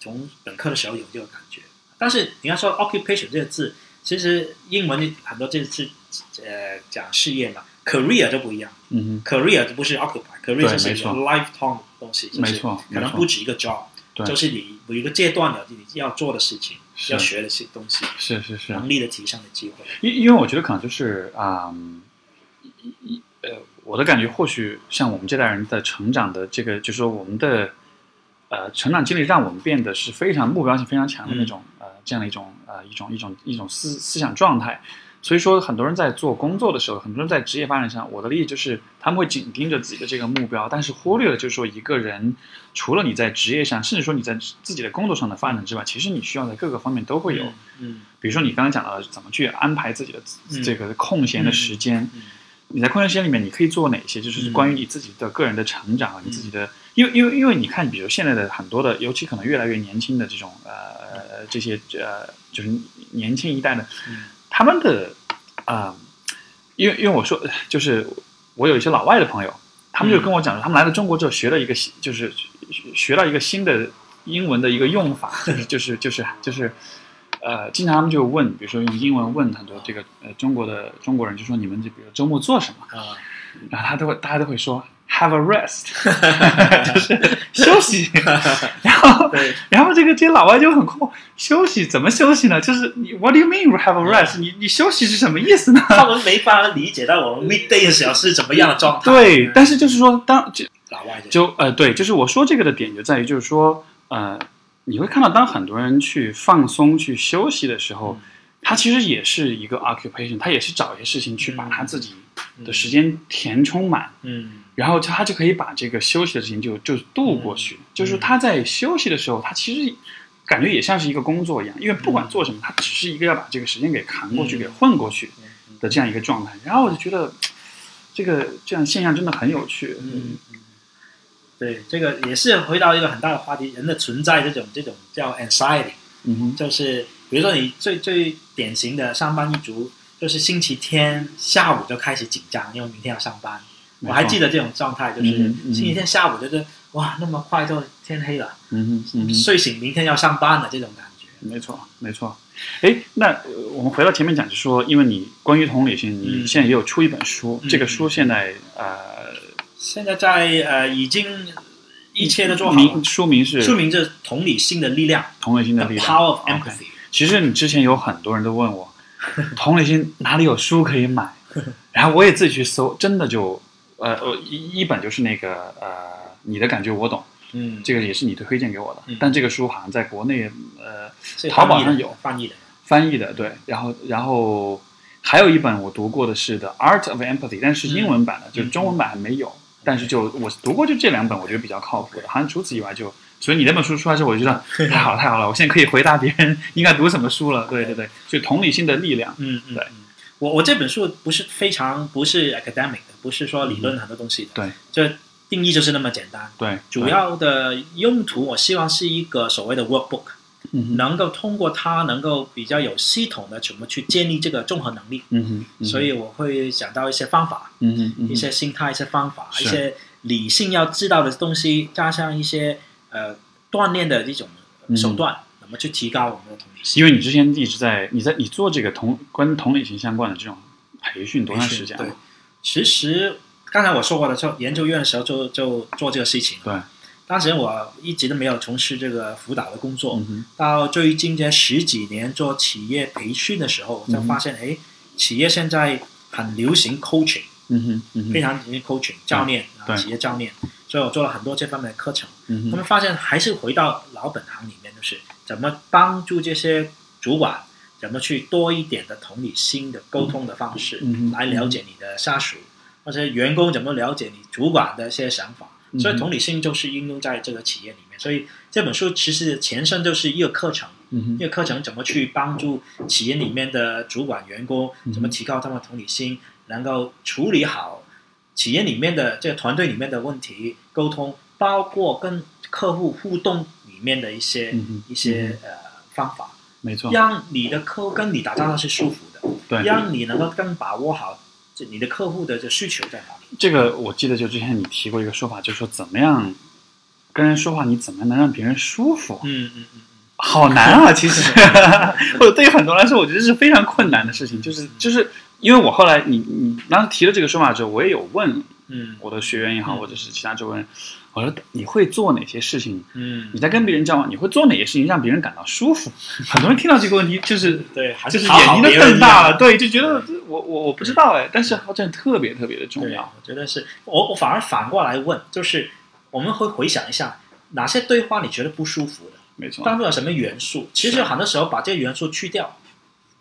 从本科的时候有这个感觉。但是你要说 occupation 这个字，其实英文很多这个字呃讲事业嘛，career 就不一样
嗯哼，
，career 就不是 occupy，career
对
就是
没
一个
错
lifetime 的东西，就是
没错
可
没
能
错
不止一个 job，
对
就是你有一个阶段的你要做的事情，
是
要学的些东西，
是是是，
能力的提升的机会。
因因为我觉得可能就是啊、嗯呃，我的感觉或许像我们这代人的成长的这个，就是说我们的呃成长经历，让我们变得是非常目标性非常强的那种、呃这样的一种呃一种一种一种思思想状态。所以说，很多人在做工作的时候，很多人在职业发展上，我的理解就是他们会紧盯着自己的这个目标，但是忽略了就是说一个人除了你在职业上，甚至说你在自己的工作上的发展之外，其实你需要在各个方面都会有。
嗯
比如说你刚刚讲到的怎么去安排自己的
嗯
这个空闲的时间，
嗯
你在空闲时间里面你可以做哪些？就是
嗯
关于你自己的个人的成长，啊你自己的，因为因为因为你看，比如现在的很多的，尤其可能越来越年轻的这种呃这些呃就是年轻一代的，
嗯
他们的啊、因为因为我说就是我有一些老外的朋友，他们就跟我讲说，他们来到中国之后学了一个新，就是学学到一个新的英文的一个用法，就是就是就是就是，呃，经常他们就问，比如说用英文问很多这个呃中国的中国人，就说你们就比如周末做什么，
啊，
然后他都会大家都会说 have a rest，就是休息，然后
对，
然后这个这些老外就很困惑，休息怎么休息呢？就是你 What do you mean have a rest？你你休息是什么意思呢？
他们没法理解到我们 weekday 的时候是怎么样的状态。
对，但是就是说，当就
老外就
就呃对，就是我说这个的点就在于，就是说呃，你会看到当很多人去放松、去休息的时候
嗯，
他其实也是一个 occupation，他也是找一些事情去把
嗯
他自己的时
是，
间填充满。
嗯
然后他就可以把这个休息的事情就就度过去。就是
嗯
他在休息的时候，他其实感觉也像是一个工作一样，因为不管做什么，他只是一个要把这个时间给扛过去、
嗯
给混过去
嗯嗯
的这样一个状态。然后我就觉得这个这样现象真的很有趣。
嗯，嗯对，这个也是回到一个很大的话题，人的存在这种这种叫 anxiety，
嗯
就是比如说你最最典型的上班一族，就是星期天下午就开始紧张，因为明天要上班。
没错
我还记得这种状态，就是
嗯嗯嗯
星期天下午就是哇，那么快就天黑了，
嗯哼嗯哼
睡醒明天要上班了这种感觉。
没错，没错。哎，那呃我们回到前面讲，就说，因为你关于同理心，你
嗯
现在也有出一本书，
嗯
这个书现在呃，
现在在呃已经一切都做好了
名，书名是
说明这同理心的力量
同理心的
The
力量
Power of
OK
Empathy。
其实你之前有很多人都问我， 同理心哪里有书可以 买？然后我也自己去搜，真的就，呃，我一一本就是那个呃，你的感觉我懂，
嗯，
这个也是你推荐给我的，
嗯
但这个书好像在国内呃
是
淘宝
翻译的
上有
翻译的，
翻译的，对，然后然后还有一本我读过的是《The Art of Empathy》，但是英文
嗯
版的，就是中文版还没有，但是就我读过就这两本，我觉得比较靠谱的，好像除此以外就。所以你那本书出来之后，我就觉得 太好了，太好了！我现在可以回答别人应该读什么书了。对对对，就同理心的力量。
嗯嗯
对
嗯我我这本书不是非常不是 academic 的，不是说理论很多东西的，
嗯对，
这定义就是那么简单。
对，
主要的用途，我希望是一个所谓的 workbook，
对嗯哼
能够通过它能够比较有系统的怎么去建立这个综合能力。
嗯哼，嗯哼
所以我会讲到一些方法，
嗯哼嗯哼
一些心态、一些方法、
是
一些理性要知道的东西，加上一些呃锻炼的一种
嗯
手段，怎么去提高我们的同理心？
因为你之前一直在你在你做这个同关于同理心相关的这种培训多长时间
对
了？，
其实刚才我说过的，就研究院的时候就就做这个事情。啊
对，
当时我一直都没有从事这个辅导的工作，
嗯哼
到最近这十几年做企业培训的时候，我才
嗯哼
发现，哎、企业现在很流行 coaching，、
嗯哼嗯哼
非常流行 coaching 教练啊，
对
企业教练，所以我做了很多这方面的课程。
嗯
他
哼
们发现还是回到老本行里面，就是怎么帮助这些主管，怎么去多一点的同理心的沟通的方式，
嗯嗯
来了解你的下属或者员工怎么了解你主管的一些想法。
嗯
所以同理心就是应用在这个企业里面。所以这本书其实前身就是一个课程，
嗯哼
一个课程怎么去帮助企业里面的主管、员工
嗯，
怎么提高他们的同理心，能够处理好企业里面的这个团队里面的问题沟通，包括跟客户互动里面的一些、
嗯哼哦
一些呃方法，
没错，
让你的客户跟你打交道是舒服的，
对，
让你能够更把握好这你的客户的这需求在哪里。
这个我记得就之前你提过一个说法，就是说怎么样跟人说话，你怎么样能让别人舒服？
嗯嗯嗯
好难啊，其实， 或者对于很多人来说，我觉得是非常困难的事情。就是就是因为我后来你你当时提了这个说法之后，我也有问
嗯
我的学员也好，
嗯
或者是其他周围人，我说你会做哪些事情？
嗯
你在跟别人交往，你会做哪些事情让别人感到舒服？ 很多人听到这个问题，就是
对，还
就是
讨
眼
好
睛都
别人
瞪
一
大
样
了，对，就觉得我我我不知道哎，但是好像特别特别的重
对，
要。
我觉得是我我反而反过来问，就是我们会回想一下哪些对话你觉得不舒服的，
没错，
当中有什么元素？其实很多时候把这些元素去掉，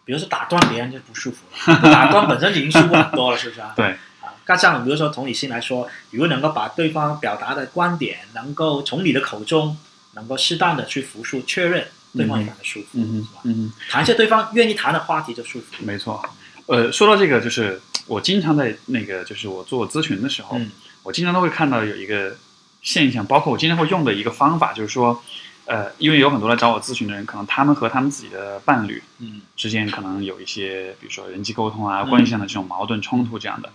比如说打断别人就不舒服 了，打断本身已经舒服很多了，是不 是啊？
对，
啊，加上比如说同理心来说，如果能够把对方表达的观点能够从你的口中能够适当的去复述确认，对方也感到舒服，
嗯
是
哼
吧？
嗯哼。
谈一些对方愿意谈的话题就舒服。
没错，呃，说到这个，就是我经常在那个，就是我做咨询的时候，
嗯
我经常都会看到有一个现象，包括我经常会用的一个方法，就是说，呃，因为有很多来找我咨询的人，可能他们和他们自己的伴侣
嗯
之间可能有一些，比如说人际沟通啊、
嗯
关系上的这种矛盾冲突这样的。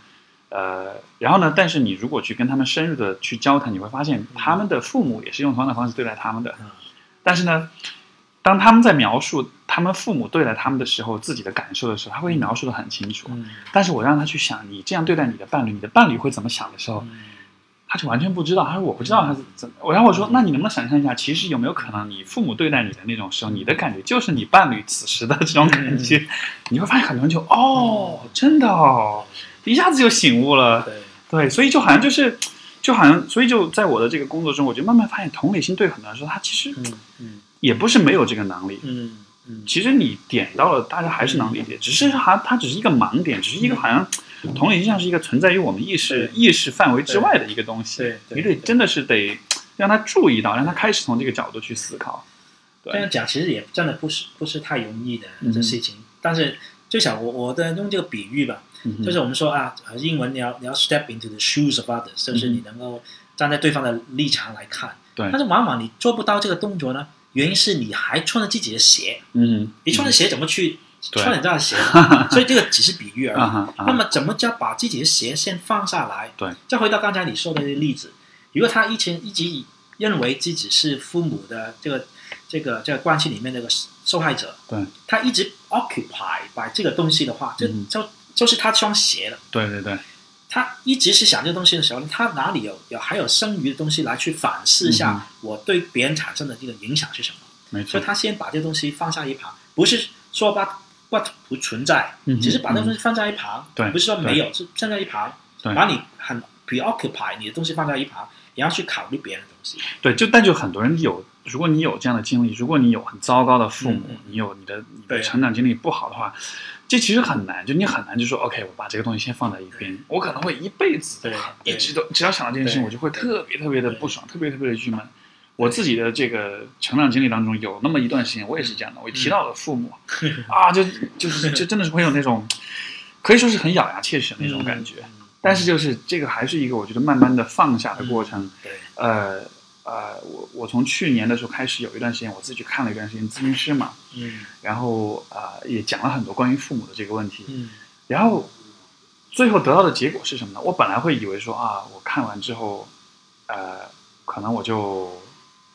呃，然后呢？但是你如果去跟他们深入的去交谈，你会发
嗯
现他们的父母也是用同样的方式对待他们的。
啊
但是呢，当他们在描述他们父母对待他们的时候，自己的感受的时候，他会描述的很清楚。
嗯
但是我让他去想，你这样对待你的伴侣，你的伴侣会怎么想的时候，
嗯
他就完全不知道，他说我不知道他是怎么。然后我说，那你能不能想象一下，其实有没有可能你父母对待你的那种时候，你的感觉就是你伴侣此时的这种感觉，
嗯
你会发现很多人就哦，真的哦，一下子就醒悟了。
对，
对，所以就好像就是，就好像，所以就在我的这个工作中，我就慢慢发现，同理心对很多人来说，他其实
嗯嗯
也不是没有这个能力。
嗯嗯，
其实你点到了，大家还是能理解，只是它它只是一个盲点，只是一个好像同理心像是一个存在于我们意识
对
意识范围之外的一个东西。
对对，
你得真的是得让他注意到，让他开始从这个角度去思考。
这样讲其实也真的不是不是太容易的
嗯
这事情，但是最少我我的用这个比喻吧，
嗯哼
就是我们说啊，呃英文你要你要 step into the shoes of others，就是你能够站在对方的立场来看，
对
但是往往你做不到这个动作呢，原因是你还穿着自己的鞋，
嗯，
你穿着鞋怎么去
对
穿人家的鞋？所以这个只是比喻而
啊
已。
哈啊
那
哈，
么怎么叫把自己的鞋先放下来？
对，
再回到刚才你说的那个例子，如果他以前一直认为自己是父母的这个这个这个关系里面那个受害者，
对，
他一直 occupy 把这个东西的话，这
嗯
就就是他双鞋了。
对对对，
他一直是想这个东西的时候，他哪里有有还有剩余的东西来去反思一
嗯
下我对别人产生的这个影响是什么？
没
所
错
以，他先把这东西放下一旁，不是说把不不存在，
嗯哼
只是把那东西放在一旁，
对
不是说没有，是放在一旁，
对
把你很 preoccupy 你的东西放在一旁，然后去考虑别人的东西，
对，就但就很多人有，如果你有这样的经历，如果你有很糟糕的父母，
嗯嗯
你有你的你的
对
成长经历不好的话，这其实很难，就你很难就说 OK，我把这个东西先放在一边，我可能会一辈子
对
一直都只要想到这件事情，
对
我就会特别特别的
对
不爽，特别特别的郁闷。我自己的这个成长经历当中，有那么一段时间，我也是这样的。
嗯
我一提到了父 母，啊，就就是就真的是会有那种，可以说是很咬牙切齿的那种感觉。
嗯
但是就是这个还是一个我觉得慢慢的放下的过程。
对，
呃呃，我我从去年的时候开始，有一段时间我自己去看了一段时间咨询师嘛，
嗯
然后啊、呃、也讲了很多关于父母的这个问题，
嗯
然后最后得到的结果是什么呢？我本来会以为说啊，我看完之后，呃，可能我就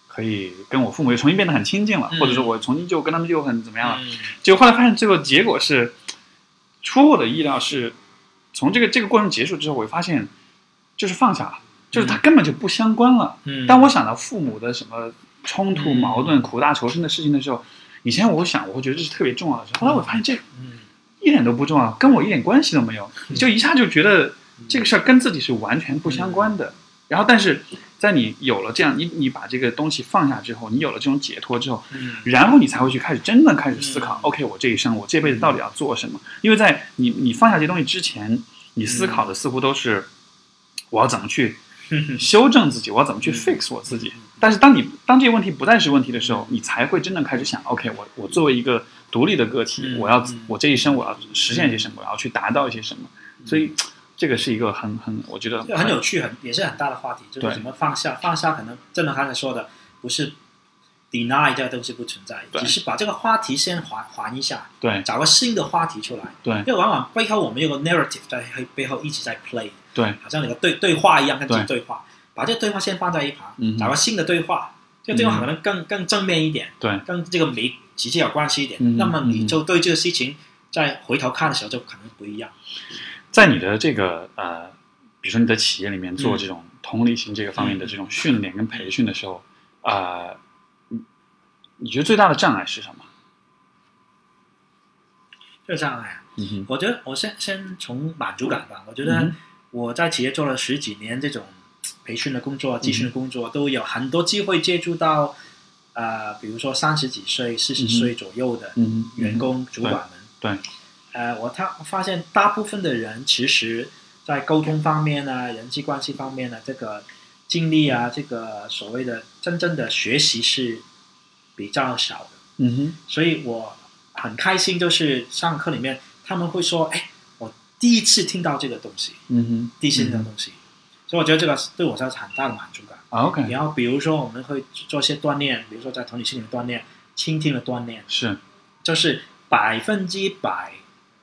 可以跟我父母又重新变得很亲近了，
嗯
或者说我重新就跟他们就很怎么样了。
嗯
结果后来发现，最后结果是出乎我的意料是，从这个这个过程结束之后，我发现就是放下了，就是它根本就不相关了。
嗯，
当我想到父母的什么冲突、
嗯
矛盾、苦大仇深的事情的时候，以前我想我会觉得这是特别重要的事，后来我发现这
嗯
一点都不重要，啊跟我一点关系都没有，你就一下就觉得这个事儿跟自己是完全不相关的。然后，但是在你有了这样，你你把这个东西放下之后，你有了这种解脱之后，
嗯
然后你才会去开始真正开始思考、
嗯
o k 我这一生我这辈子到底要做什么？因为在你你放下这些东西之前，你思考的似乎都是我要怎么去
嗯
修正自己，我要怎么去
嗯
fix 我自己
嗯。
但是当你当这些问题不再是问题的时候，你才会真正开始想，OK，我我作为一个独立的个体，
嗯
我要
嗯
我这一生我要实现些什么，我要去达到一些什么。所以这个是一个很很，我觉得
这个 很有趣，很也是很大的话题，就是
对
怎么放下，放下可能正如刚才说的，不是 deny 这个东西不存在，
对
只是把这个话题先还还一下，
对
找个新的话题出来。
对
因为往往背后我们有个 narrative 在背后一直在 play，
对
好像那个对对话一样跟自己
对
对话，把这个对话先放在一旁，
嗯哼
找个新的对话，这个对话
嗯
可能更更正面一点，
对
跟这个没直接有关系一点，
嗯哼
那么
嗯
你
哼
就对这个事情再回头看的时候就可能不一样。
在你的这个呃，比如说你在企业里面做这种
嗯
同理心这个方面的这种训练跟培训的时候，啊、你你觉得最大的障碍是什么？
就这样哎呀。
嗯哼，
我觉得我先先从满足感吧。我觉
嗯
得
哼
我在企业做了十几年这种培训的工作、咨询的工
嗯
作，都有很多机会接触到，呃，比如说三十几岁、四十
嗯哼
岁左右的
嗯哼，
员工、主管们。
对，
呃，我他发现大部分的人其实，在沟通方面呢、人际关系方面啊呢，这个经历啊，这个所谓的真正的学习是比较少的。
嗯哼，
所以我很开心，就是上课里面他们会说：“哎，我第一次听到这个东西，
嗯哼，
第一次听到东西。
嗯
所以我觉得这个对我是很大的满足感。
啊，OK，
然后比如说我们会做一些锻炼，比如说在同理心的锻炼、倾听的锻炼，
是
就是百分之百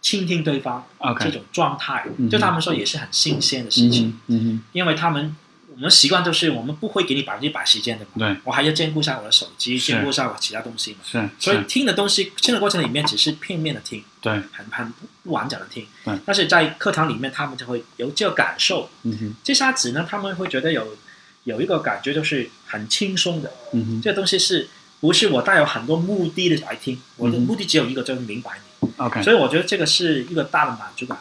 倾听对方
OK，
这种状态
嗯哼
就他们说也是很新鲜的事
嗯
情，
哼，嗯哼，
因为他们我们习惯就是我们不会给你百分之百时间的嘛，
对，
我还要兼顾一下我的手机，
是
兼顾一下我其他东西嘛。
是，
所以
是
听的东西，听的过程里面只是片面的听，
对，
很很不完整的听
对。
但是在课堂里面，他们就会有这个感受。
嗯哼，
这下子呢，他们会觉得有有一个感觉，就是很轻松的。
嗯哼
这个东西是不是我带有很多目的的来听？我的
嗯哼
目的只有一个，就是明白你。
，OK，
所以我觉得这个是一个大的满足感。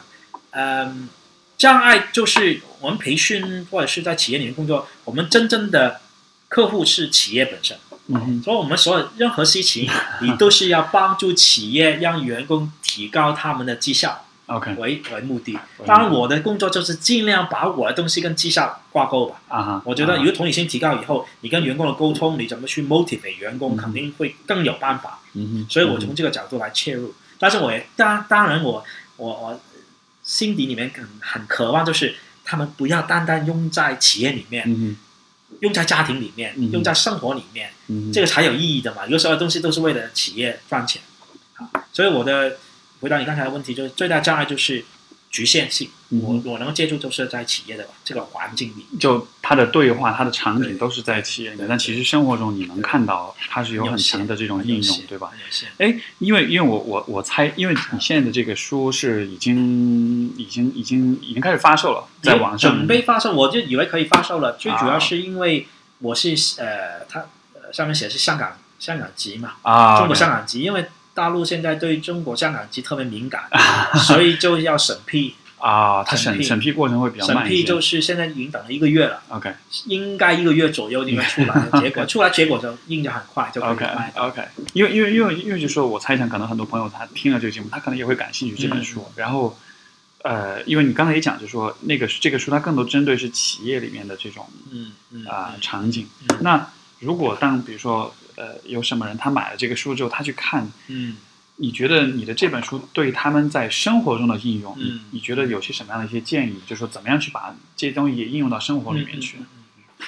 嗯，障碍就是我们培训或者是在企业里面工作，我们真正的客户是企业本身。
嗯哼，
所以，我们所有任何事情，你都是要帮助企业让员工提高他们的绩效
OK，
为为目的。
目的
当然，我的工作就是尽量把我的东西跟绩效挂钩吧。
啊哈，
我觉
啊
得，如
哈
果同理心提高以后，你跟员工的沟通，你怎么去 motivate 员工，
嗯
肯定会更有办法。
嗯哼，
所以我从这个角度来切入。但是我也当当然我我我心底里面很很渴望，就是他们不要单单用在企业里面，
嗯哼，
用在家庭里面
嗯，
用在生活里面，
嗯哼，
这
个
个才有意义的嘛。有时候东西都是为了企业赚钱啊。所以我的回答你刚才的问题，就是最大障碍就是局限性。
嗯
我我能够接触就是在企业的这个环境里，
就他的对话，他的场景
对
都是在企业里面，
对
但其实生活中你能看到它是有
有
很
限
强的这种
很有
应用，
限
对吧？？
很有限
哎，因为因为我我我猜，因为你现在的这个书是已经已经已经已经开始发售了，在网上
准备发售，我就以为可以发售了。最主
啊
要是因为我是呃，它呃上面写是香港香港籍嘛，
啊，
中国
OK
香港籍，因为大陆现在对中国香港籍特别敏感， 所以就要审批。
啊，它
审
审
批
审批过程 会比较
审
慢一
批
些。
就是现在已经等了一个月了，
OK
应该一个月左右就该出来 了。结果出来结果就印的很快就可以
OK
卖到。
OK，因为因为因为因为就是说我猜想，可能很多朋友他听了这个节目，他可能也会感兴趣这本书。然后，呃，因为你刚才也讲，就是说那个这个书它更多针对是企业里面的这种
嗯嗯
啊、
嗯
场景。
嗯
那如果当比如说呃有什么人他买了这个书之后，他去看，
嗯
你觉得你的这本书对他们在生活中的应用，你
嗯
你觉得有些什么样的一些建议？就是说怎么样去把这些东西也应用到生活里面去？
嗯嗯嗯嗯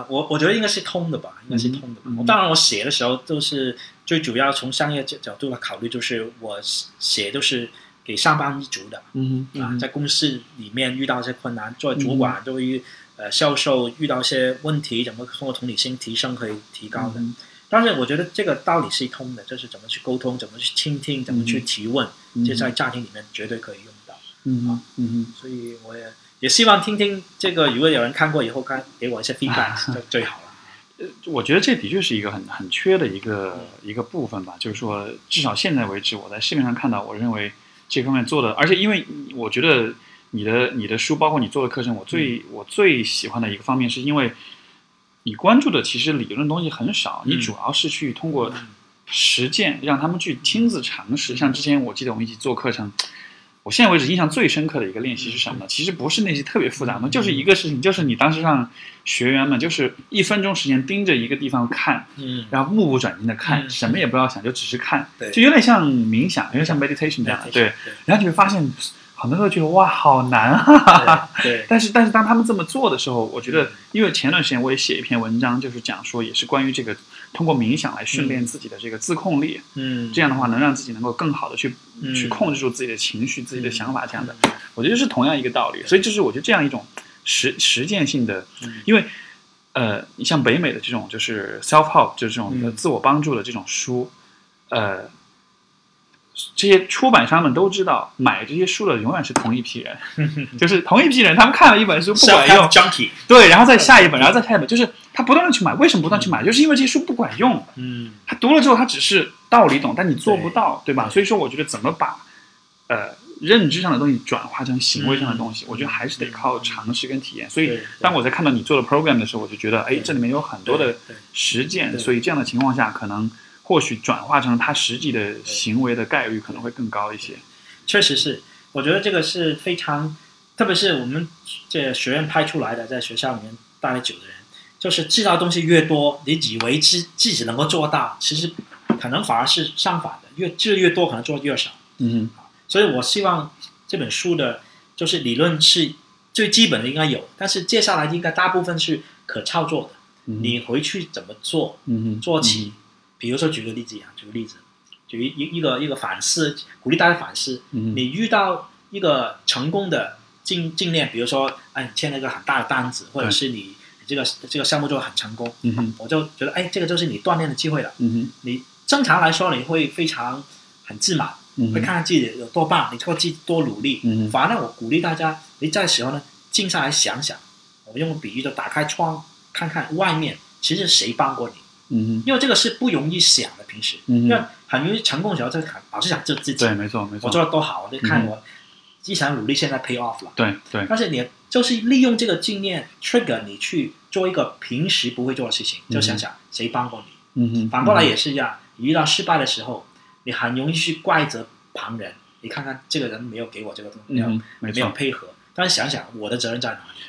呃，我我觉得应该是通的吧，应该是通的吧。
嗯嗯
当然，我写的时候都是最主要从商业角角度来考虑，就是我写都是给上班族的、
嗯
啊，
嗯
在公司里面遇到一些困难，作为主管，作为呃销售遇到一些问题，怎么通过同理心提升可以提高的。
嗯
但是我觉得这个道理是通的，就是怎么去沟通，怎么去倾听，怎么去提问，
嗯
这在家庭里面绝对可以用到。
嗯嗯嗯
所以我也也希望听听这个，如果有人看过以后，看给我一些
啊
feedback 就最好了。
呃，我觉得这的确是一个很很缺的一个一个部分吧，就是说，至少现在为止，我在市面上看到，我认为这方面做的，而且因为我觉得你的你的书，包括你做的课程，我最、我最喜欢的一个方面，是因为你关注的其实理论东西很少，
嗯
你主要是去通过实践让他们去亲自尝试。像之前我记得我们一起做课程。我现在为止印象最深刻的一个练习是什么呢？其实不是那些特别复杂的，就是一个事情，就是你当时让学员们就是一分钟时间盯着一个地方看，
嗯
然后目不转睛的看，
嗯
什么也不要想，就只是看，
对
就有点像冥想，有点像 meditation 这样的，对。然后你会发现，很多人会觉得哇，好难啊！
对嗯
但是，但是当他们这么做的时候，我觉得，因为前段时间我也写一篇文章，就是讲说，也是关于这个通过冥想来训练自己的这个自控力，
嗯，
这样的话能让自己能够更好的去、
嗯
去控制住自己的情绪、自己的想法这样的。
嗯
我觉得是同样一个道理。所以就是我觉得这样一种实实践性的
嗯，
因为呃，你像北美的这种就是 self help，就是这种呃
嗯
自我帮助的这种书，呃。这些出版商们都知道，买这些书的永远是同一批 人，就是同一批人，他们看了一本书不管用
Self-help，junkie，
对，然后再下一本，然后再下一本，就是他不断的去买。为什么不断地去买？就是因为这些书不管用，
嗯
他读了之后，他只是道理懂，但你做不到，对吧？
对
所以说，我觉得怎么把呃认知上的东西转化成行为上的东西，我觉得还是得靠尝试跟体验。所以
嗯对，
当我在看到你做的 program 的时候，我就觉得，哎，
对
这里面有很多的
对对
实践，
对
所以这样的情况下，可能或许转化成他实际的行为的概率可能会更高一些。
确实是，我觉得这个是非常，特别是我们这学院派出来的，在学校里面待的久的人，就是知道东西越多，你以为自自己能够做到，其实可能反而是相反的，越知道越多，可能做的越少。
嗯
所以我希望这本书的，就是理论是最基本的应该有，但是接下来应该大部分是可操作的。
嗯
你回去怎么做，
嗯哼
做起。比如说举个例子啊，举个例子，举一一个一个反思，鼓励大家反思。
嗯哼
你遇到一个成功的尽尽量，比如说，哎，你签了一个很大的单子，或者是你你这个这个项目做的很成功，
嗯哼，
我就觉得，哎，这个就是你锻炼的机会了。
嗯哼，
你正常来说，你会非常很自满，
嗯
会
哼，
看看自己有多棒，你会自己多努力。
嗯哼，
反而呢，我鼓励大家，你在时候呢，静下来想想，我用比喻的打开窗，看看外面，其实谁帮过你？
嗯哼，
因为这个是不容易想的，平时，
嗯
因为
哼，
很容易成功的时候，就想老是想就自己，
对，没错，没
我
错，嗯
做的多好，我就看我一想努力，现在 pay off 了。
对对，
但是你就是利用这个经验 trigger 你去做一个平时不会做的事情，
嗯
就想想谁帮过你。
嗯哼，
反过来也是一样，你遇到失败的时候，你很容易去怪责旁人，你看看这个人没有给我这个东西，
嗯哼，没
没有
错，
配合。但是想想我的责任在哪里？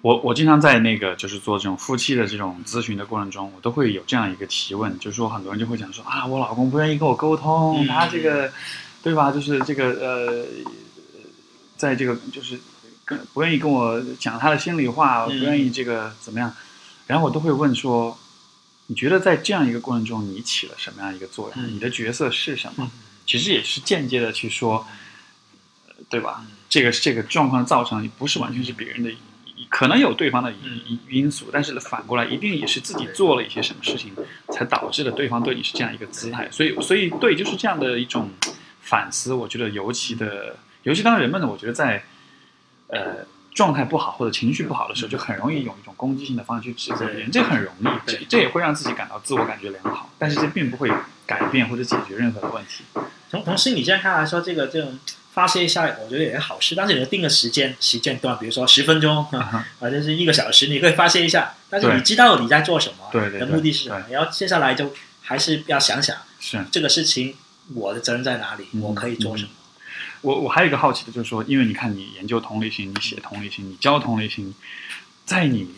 我我经常在那个就是做这种夫妻的这种咨询的过程中，我都会有这样一个提问，就是说很多人就会讲说啊，我老公不愿意跟我沟通，
嗯
他这个，对吧？就是这个呃，在这个就是跟不愿意跟我讲他的心里话，不
嗯
愿意这个怎么样，然后我都会问说，你觉得在这样一个过程中，你起了什么样一个作用？
嗯
你的角色是什么
嗯？
其实也是间接的去说，呃对吧？这个这个状况造成不是完全是别人的，可能有对方的因因素，但是反过来一定也是自己做了一些什么事情，才导致了对方对你是这样一个姿态。所以所以对，就是这样的一种反思，我觉得尤其的，尤其当人们呢，我觉得在呃状态不好或者情绪不好的时候，就很容易用一种攻击性的方式去指责别人，这很容易，这
对
这也会让自己感到自我感觉良好，但是这并不会改变或者解决任何的问题。
从从心理健康来说，这个这种发泄一下，我觉得也是好事。但是你要定个时间时间段，比如说十分钟
啊哈
或者是一个小时，你可以发泄一下。但是
对
你知道你在做什么，
对对对
的目的是什么？然后接下来就还是要想想
是。
这个事情我的责任在哪里，
嗯
我可以做什么。
我我还有一个好奇的，就是说，因为你看，你研究同理心，你
嗯
写同理心，你教同理心，在你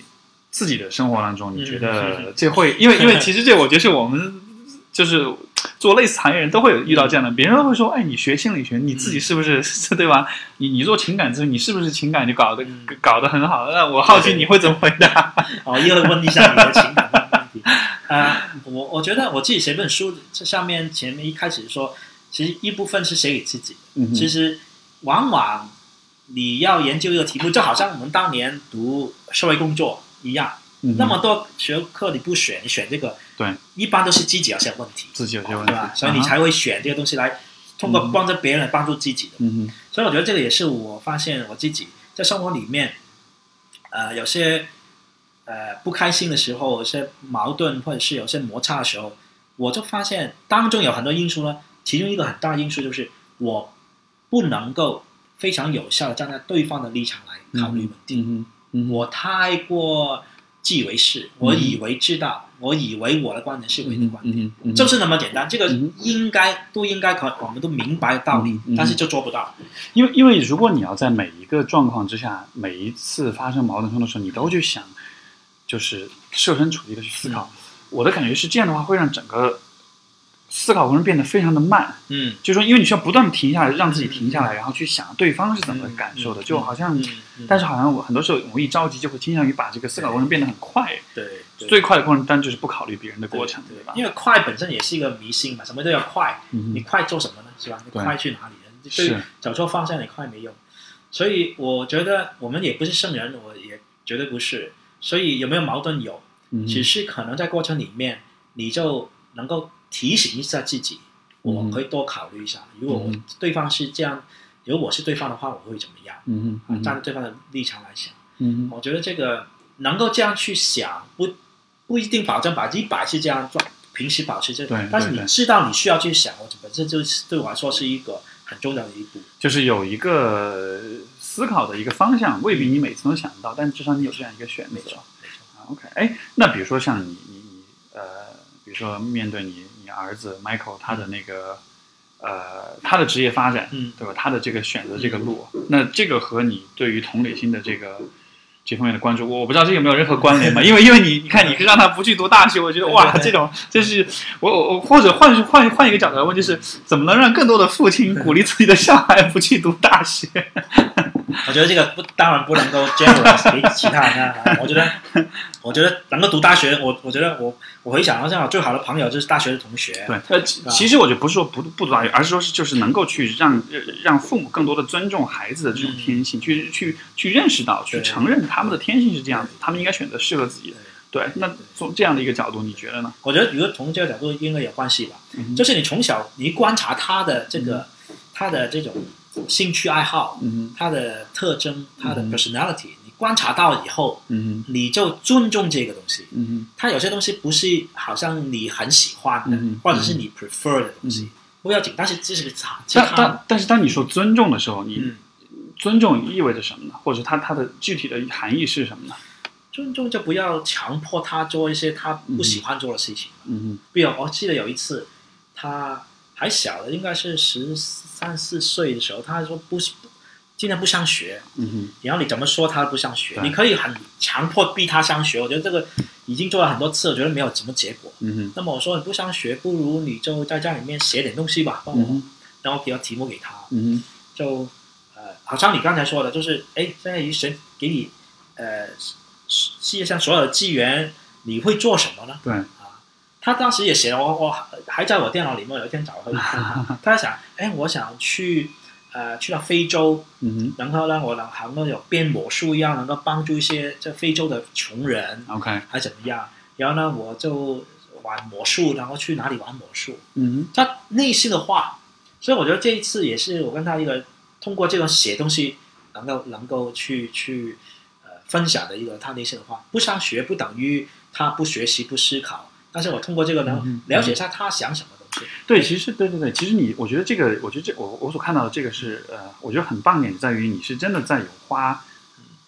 自己的生活当中，你
嗯
觉得这会，因为因为其实这我觉得是我们就是做类似行业人都会有遇到这
嗯
样的，别人会说，哎，你学心理学，你自己是不是、对吧？你你做情感咨询，你是不是情感就搞得、
嗯
搞得很好？那我好奇你会怎么回答？
哦，又会问一下你的情感问 题。啊、我我觉得我自己写本书，这上面前面一开始说，其实一部分是写给自己的。
嗯
其实往往你要研究一个题目，就好像我们当年读社会工作一样，
嗯
那么多学科你不选，你选这个，
对，
一般都是自己有些问题，
自己有些问题啊
对吧？所以你才会选这个东西来通过
嗯
帮着别人来帮助自己的。
嗯哼
所以我觉得这个也是我发现我自己在生活里面，呃，有些呃不开心的时候，有些矛盾或者是有些摩擦的时候，我就发现当中有很多因素呢，其中一个很大因素就是我不能够非常有效的站在对方的立场来考虑问题，
嗯哼嗯哼
我太过自以为是，我以为知道，我以为我的观点是唯一的观点。
嗯嗯哼
就是那么简单，这个
嗯
应该都应该可，我们都明白道理，
嗯嗯
但是就做不到。
因为因为如果你要在每一个状况之下，每一次发生矛盾冲突的时候，你都去想，就是设身处地的去思
嗯
考。我的感觉是这样的话，会让整个思考过程变得非常的慢。
嗯，
就是说，因为你需要不断地停下来，让自己停下来，然后去想对方是怎么
嗯
感受的。
嗯
就好像，
嗯
但是好像我很多时候我一着急，就会倾向于把这个思考过程变得很快。
对，对
最快的过程当然就是不考虑别人的过程，对
对
吧？
因为快本身也是一个迷信嘛，什么都要快，
嗯
你
哼
快做什么呢？是吧？你
对
快去哪里呢？你
是
对，找错方向你快没用。所以我觉得我们也不是圣人，我也绝对不是。所以有没有矛盾有，
嗯
只
哼
是可能在过程里面你就能够提醒一下自己，我
嗯
可以多考虑一下，如果我
嗯
对方是这样，如果我是对方的话，我会怎么样？
嗯
啊
哼，
站在对方的立场来想。
嗯哼
我觉得这个能够这样去想，不不一定保证百分之一百是这样做，平时保持这
对
个，但是
对
你
对
知道你需要去想，我本身就是对我来说是一个很重要的一步。
就是有一个思考的一个方向，未必你每次都想到，但至少你有这样一个选
没
择
错。没错
啊，OK，哎，那比如说像你你你呃，比如说面对你你儿子 Michael 他的那个呃他的职业发展，
嗯
对吧？他的这个选择这个路，那这个和你对于同理心的这个。这方面的关注，我我不知道这有没有任何关联吧？因为因为你你看，你是让他不去读大学，我觉得哇，
对对对
这种这是我我我或者换换换一个角度来问，就是怎么能让更多的父亲鼓励自己的小孩不去读大学？
我觉得这个不当然不能够 generalize 给其他人啊。啊 我觉得，我觉得能够读大学，我我觉得我我回想到像我最好的朋友就是大学的同学，
对， 呃，其其实我就不是说不不读大学，而是说是就是能够去让呃让父母更多的尊重孩子的这种天性，去去去认识到，去
对
承认他们的天性是这样子，他们应该选择适合自己的。对，那从这样的一个角度，你觉得呢？
我觉得如果从这个角度应该有关系吧。
嗯哼
就是你从小你观察他的这个、他的这种兴趣爱好、
嗯
他的特征、他的
嗯
personality，、你观察到以后，
嗯
你就尊重这个东西。
嗯
它有些东西不是好像你很喜欢的，
嗯
或者是你 prefer 的东西，不要紧。但是这是个差，其
但
他的
但但是当你说尊重的时候，你
嗯，
尊重意味着什么呢？或者它它的具体的含义是什么呢？
尊重就不要强迫他做一些他不喜欢做的事情。
嗯
比如我记得有一次，他还小的，应该是十三四岁的时候，他说不今天不上学，
嗯
然后你怎么说他不上学？
对
你可以很强迫逼他上学，我觉得这个已经做了很多次，我觉得没有什么结果。
嗯
那么我说你不上学，不如你就在家里面写点东西吧，帮我，
嗯
然后给个题目给他，
嗯
就呃，好像你刚才说的，就是哎，现在于神给你呃世世界上所有的资源，你会做什么呢？
对
啊，他当时也写了，我我还在我电脑里面，有一天找回来看，他在想，哎，我想去呃去到非洲，
嗯
然后呢，我能好像有变魔术一样，能够帮助一些这非洲的穷人，
，OK，
还怎么样？然后呢，我就玩魔术，然后去哪里玩魔术？
嗯
他内心的话，所以我觉得这一次也是我跟他一个通过这种写东西，能够能够去去呃分享的一个他内心的话。不上学不等于他不学习不思考，但是我通过这个能
嗯
了解一下他想什么东西。
对，其实对对对，其实你，我觉得这个，我觉得这我我所看到的这个是，呃，我觉得很棒点在于你是真的在有花，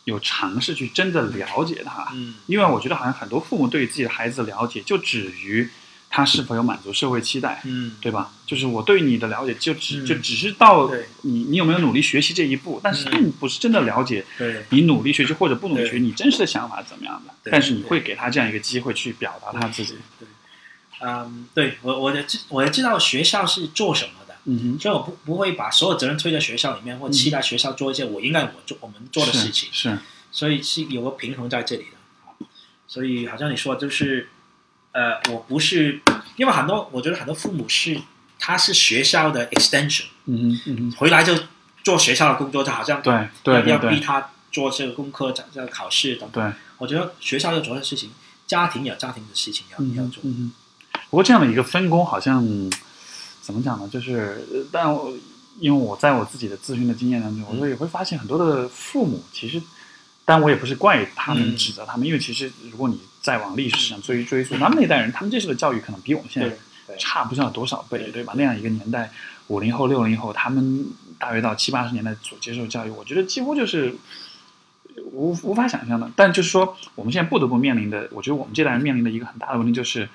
有尝试去真的了解他，
嗯
因为我觉得好像很多父母对自己的孩子的了解就止于他是否有满足社会期待，
嗯，
对吧？就是我对你的了解就只、
嗯
就只是到
对
你你有没有努力学习这一步，但是
嗯
并不是真的了解
对
你努力学习或者不努力
对
学习你真实的想法怎么样的，
对
但是你会给他这样一个机会去表达他自己，
对，嗯，对我我也知我也知道学校是做什么的。
嗯哼，
所以我不不会把所有责任推在学校里面，或期待学校做一些我应该我做我们做的事情。
嗯是，是
所以是有个平衡在这里的。啊所以好像你说的就是，呃，我不是，因为很多我觉得很多父母是他是学校的 extension，
嗯哼嗯哼，
回来就做学校的工作，就好像
对对对
要逼
对
他做这个功课、这这个考试等等。
对。
我觉得学校要做的事情，家庭有家庭的事情要、要做。
嗯哼，不过这样的一个分工好像嗯怎么讲呢？就是，呃但我因为我在我自己的咨询的经验当
嗯
中，我说也会发现很多的父母其实，但我也不是怪他们
嗯
指责他们，因为其实如果你再往历史上追追溯，他们那一代人，他们接受的教育可能比我们现在
对对
差不知道多少倍，
对
对吧？那样一个年代，五零后、六零后，他们大约到七八十年代所接受的教育，我觉得几乎就是无无法想象的。但就是说，我们现在不得不面临的，我觉得我们这代人面临的一个很大的问题就是。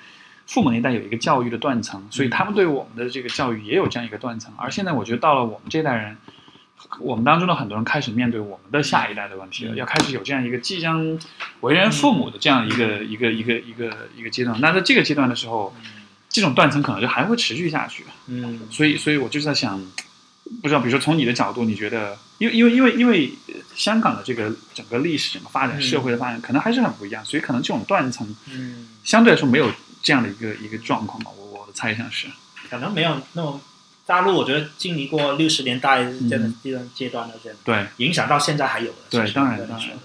父母那代有一个教育的断层，所以他们对我们的这个教育也有这样一个断层。而现在，我觉得到了我们这代人，我们当中的很多人开始面对我们的下一代的问题了，
嗯
要开始有这样一个即将为人父母的这样一个、一个一个一个一个阶段。那在这个阶段的时候，这种断层可能就还会持续下去。
嗯，
所以，所以我就是在想，不知道，比如说从你的角度，你觉得，因为因为因为因为呃香港的这个整个历史、整个发展、
嗯
社会的发展，可能还是很不一样，所以可能这种断层
嗯，
相对来说没有这样的一个一个状况吧。我我的猜想是，
可能没有那么大陆，我觉得经历过六十年代这样的这段阶段的这样。
对，
影响到现在还有的。
对
是
当然
我跟你
当然
说的。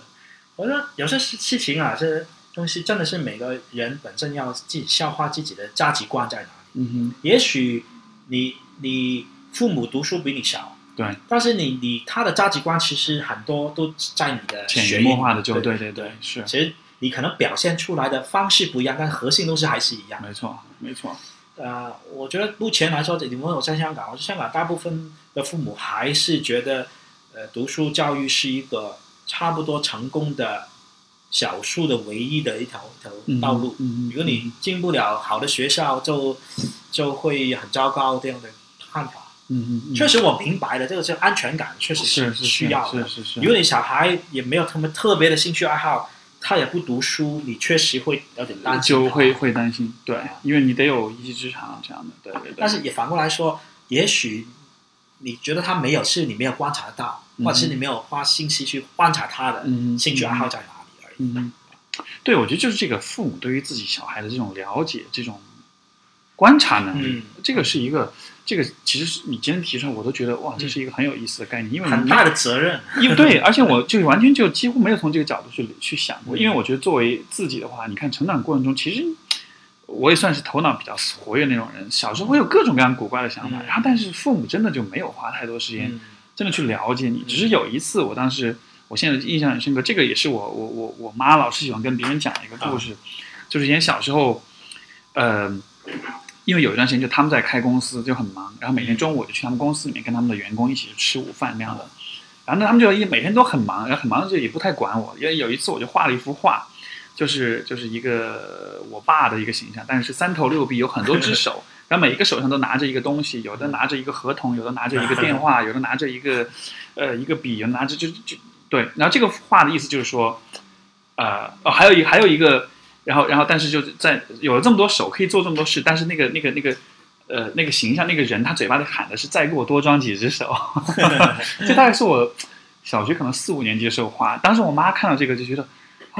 我觉得有些事事情啊，这东西真的是每个人本身要自己消化自己的价值观在哪里。
嗯
也许你你父母读书比你少，
哼，对，
但是你你他的价值观其实很多都在你的
潜移默化的就
血液里
对
面
对
对
对，是
其实你可能表现出来的方式不一样，但核心都是还是一样。
没错没错，
呃，我觉得目前来说，你问我在香港，啊我觉得香港大部分的父母还是觉得，呃，读书教育是一个差不多成功的少数的唯一的一条一条
嗯
道路。
嗯嗯
如果你进不了好的学校就，就会很糟糕这样的看法。
嗯嗯，
确实，我明白的，这个是安全感，确实
是是
需要的。
是是是，
如果你小孩也没有他们特别的兴趣爱好，他也不读书，你确实会有点担心他。啊
就会会担心，对，因为你得有一技之长这样的，对对对，
但是也反过来说，也许你觉得他没有，是你没有观察到，或者是你没有花心思去观察他的
嗯
兴趣爱好在哪里而已。
嗯，对，我觉得就是这个父母对于自己小孩的这种了解、这种观察能力，
嗯
这个是一个，这个其实是你今天提出来，我都觉得哇，这是一个很有意思的概念，因为
很
你
大的责任，
因为对，而且我就完全就几乎没有从这个角度去去想过，
嗯
因为我觉得作为自己的话，你看成长过程中，其实我也算是头脑比较活跃那种人，小时候会有各种各样古怪的想法，
嗯
然后但是父母真的就没有花太多时间
嗯
真的去了解你。只是有一次，我当时我现在印象很深刻，这个也是我我我我妈老是喜欢跟别人讲一个故事，就是以前小时候，呃，因为有一段时间就他们在开公司就很忙，然后每天中午我就去他们公司里面跟他们的员工一起吃午饭那样的，然后呢他们就一每天都很忙，然后很忙就也不太管我，因为有一次我就画了一幅画。就是就是一个我爸的一个形象，但是三头六臂，有很多只手，然后每一个手上都拿着一个东西，有的拿着一个合同，有的拿着一个电话，有的拿着一个呃一个笔，有的拿着就就对。然后这个话的意思就是说，呃，哦，还有一还有一个，然后然后但是就是在有了这么多手可以做这么多事，但是那个那个那个呃那个形象那个人他嘴巴里喊的是再给我多装几只手，这大概是我小学可能四五年级的时候画，当时我妈看到这个就觉得，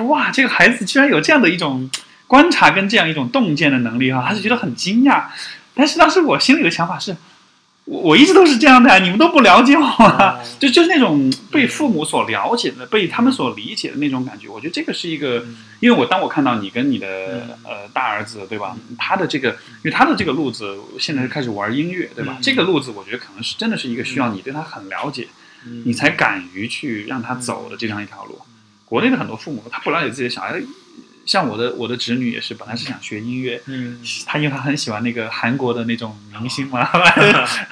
哇，这个孩子居然有这样的一种观察跟这样一种洞见的能力哈、她就觉得很惊讶。但是当时我心里的想法是，我我一直都是这样的呀，你们都不了解我啊，
哦
就就是那种被父母所了解的、被他们所理解的那种感觉。我觉得这个是一个，因为我当我看到你跟你的
嗯
呃大儿子对吧，他的这个，因为他的这个路子现在开始玩音乐对吧
嗯，
这个路子我觉得可能是真的是一个需要你对他很了解，
嗯
你才敢于去让他走的这样一条路。国内的很多父母他不了解自己的小孩，像我的我的侄女也是，本来是想学音 乐，
嗯
他因为他很喜欢那个韩国的那种明星 嘛，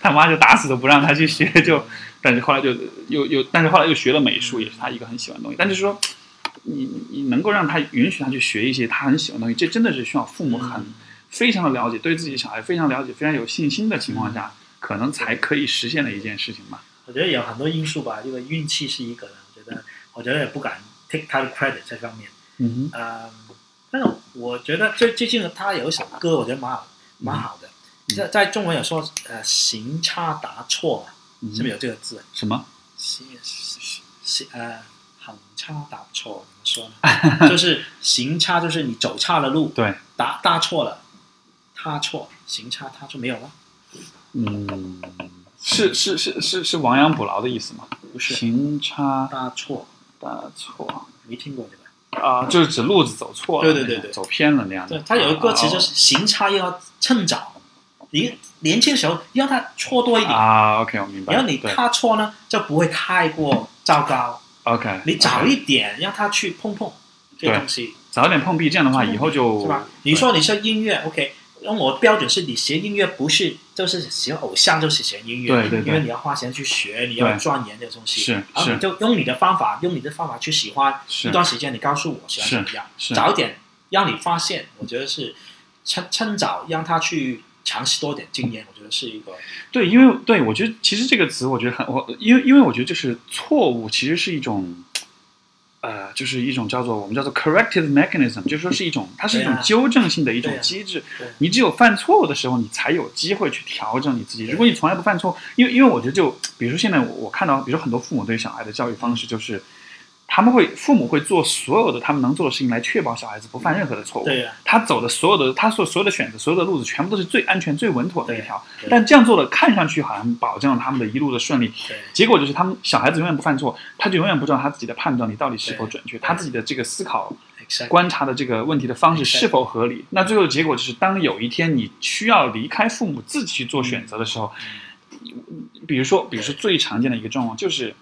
他妈就打死都不让他去学，就，但是后来就又又，但是后来又学了美
嗯
术，也是他一个很喜欢的东西。但就是说，你你能够让他允许他去学一些他很喜欢的东西，这真的是需要父母很
嗯
非常的了解，对自己小孩非常了解、非常有信心的情况下，可能才可以实现的一件事情嘛。
我觉得有很多因素吧，这个运气是一个的，我觉得我觉得也不敢 take 他的 credit 这方面。
嗯
嗯，但是我觉得最最近他有一首歌，我觉得蛮好，
嗯
蛮好的。在在中文有说呃行差踏错嘛，
哼，
是不是有这个字？啊
什么？
行行行呃行差踏错怎么 说呢？就是行差就是你走差了路，
对，
踏踏错了，踏错行差踏错没有吗？
嗯，是是是是是亡羊补牢的意思吗？
不是
行差
踏错，
大错
没听过对吧？
啊，就是指路子走错了，
对对对
那种
对
走偏了那样的。
对，他有一个歌词就是
哦
“行差要趁早”，年年轻时候要他错多一点，
啊，OK，我明白。
然后你
对
踏错呢就不会太过糟糕，
OK，
你早一点让他去碰碰这个
对
东西，
早点碰壁，这样的话以后就是
吧？你说你是音乐，OK，那我标准是你学音乐不是就是学偶像就是学音乐，
对对对
因为你要花钱去学，你要
对
钻研这个东西，
是
然后
是
你就用你的方法，用你的方法去喜欢，一
是
段时间你告诉我喜欢怎么样，
是
早点让你发现，我觉得是趁趁早让他去尝试多点经验，我觉得是一个
对，因为对我觉得其实这个词，我觉得很我因为因为我觉得就是错误其实是一种。呃，就是一种叫做我们叫做 corrective mechanism，就是说是一种，它是一种
对啊
纠正性的一种
对啊
机制。
对
你只有犯错误的时候，你才有机会去调整你自己。
对
如果你从来不犯错，因为因为我觉得就比如说现在我我看到，比如说很多父母对小孩的教育方式就是，他们会父母会做所有的他们能做的事情来确保小孩子不
嗯
犯任何的错误。
对啊呀、
他走的所有的他所所有的选择，所有的路子，全部都是最安全、最稳妥的一条
对。对
但这样做的看上去好像保证了他们的一路的顺利，
对
结果就是他们小孩子永远不犯错，他就永远不知道他自己的判断力到底是否准确，他自己的这个思考、
，exactly，
观察的这个问题的方式是否合理。那最后的结果就是，当有一天你需要离开父母自己去做选择的时候，
嗯
比如说，比如说最常见的一个状况就是，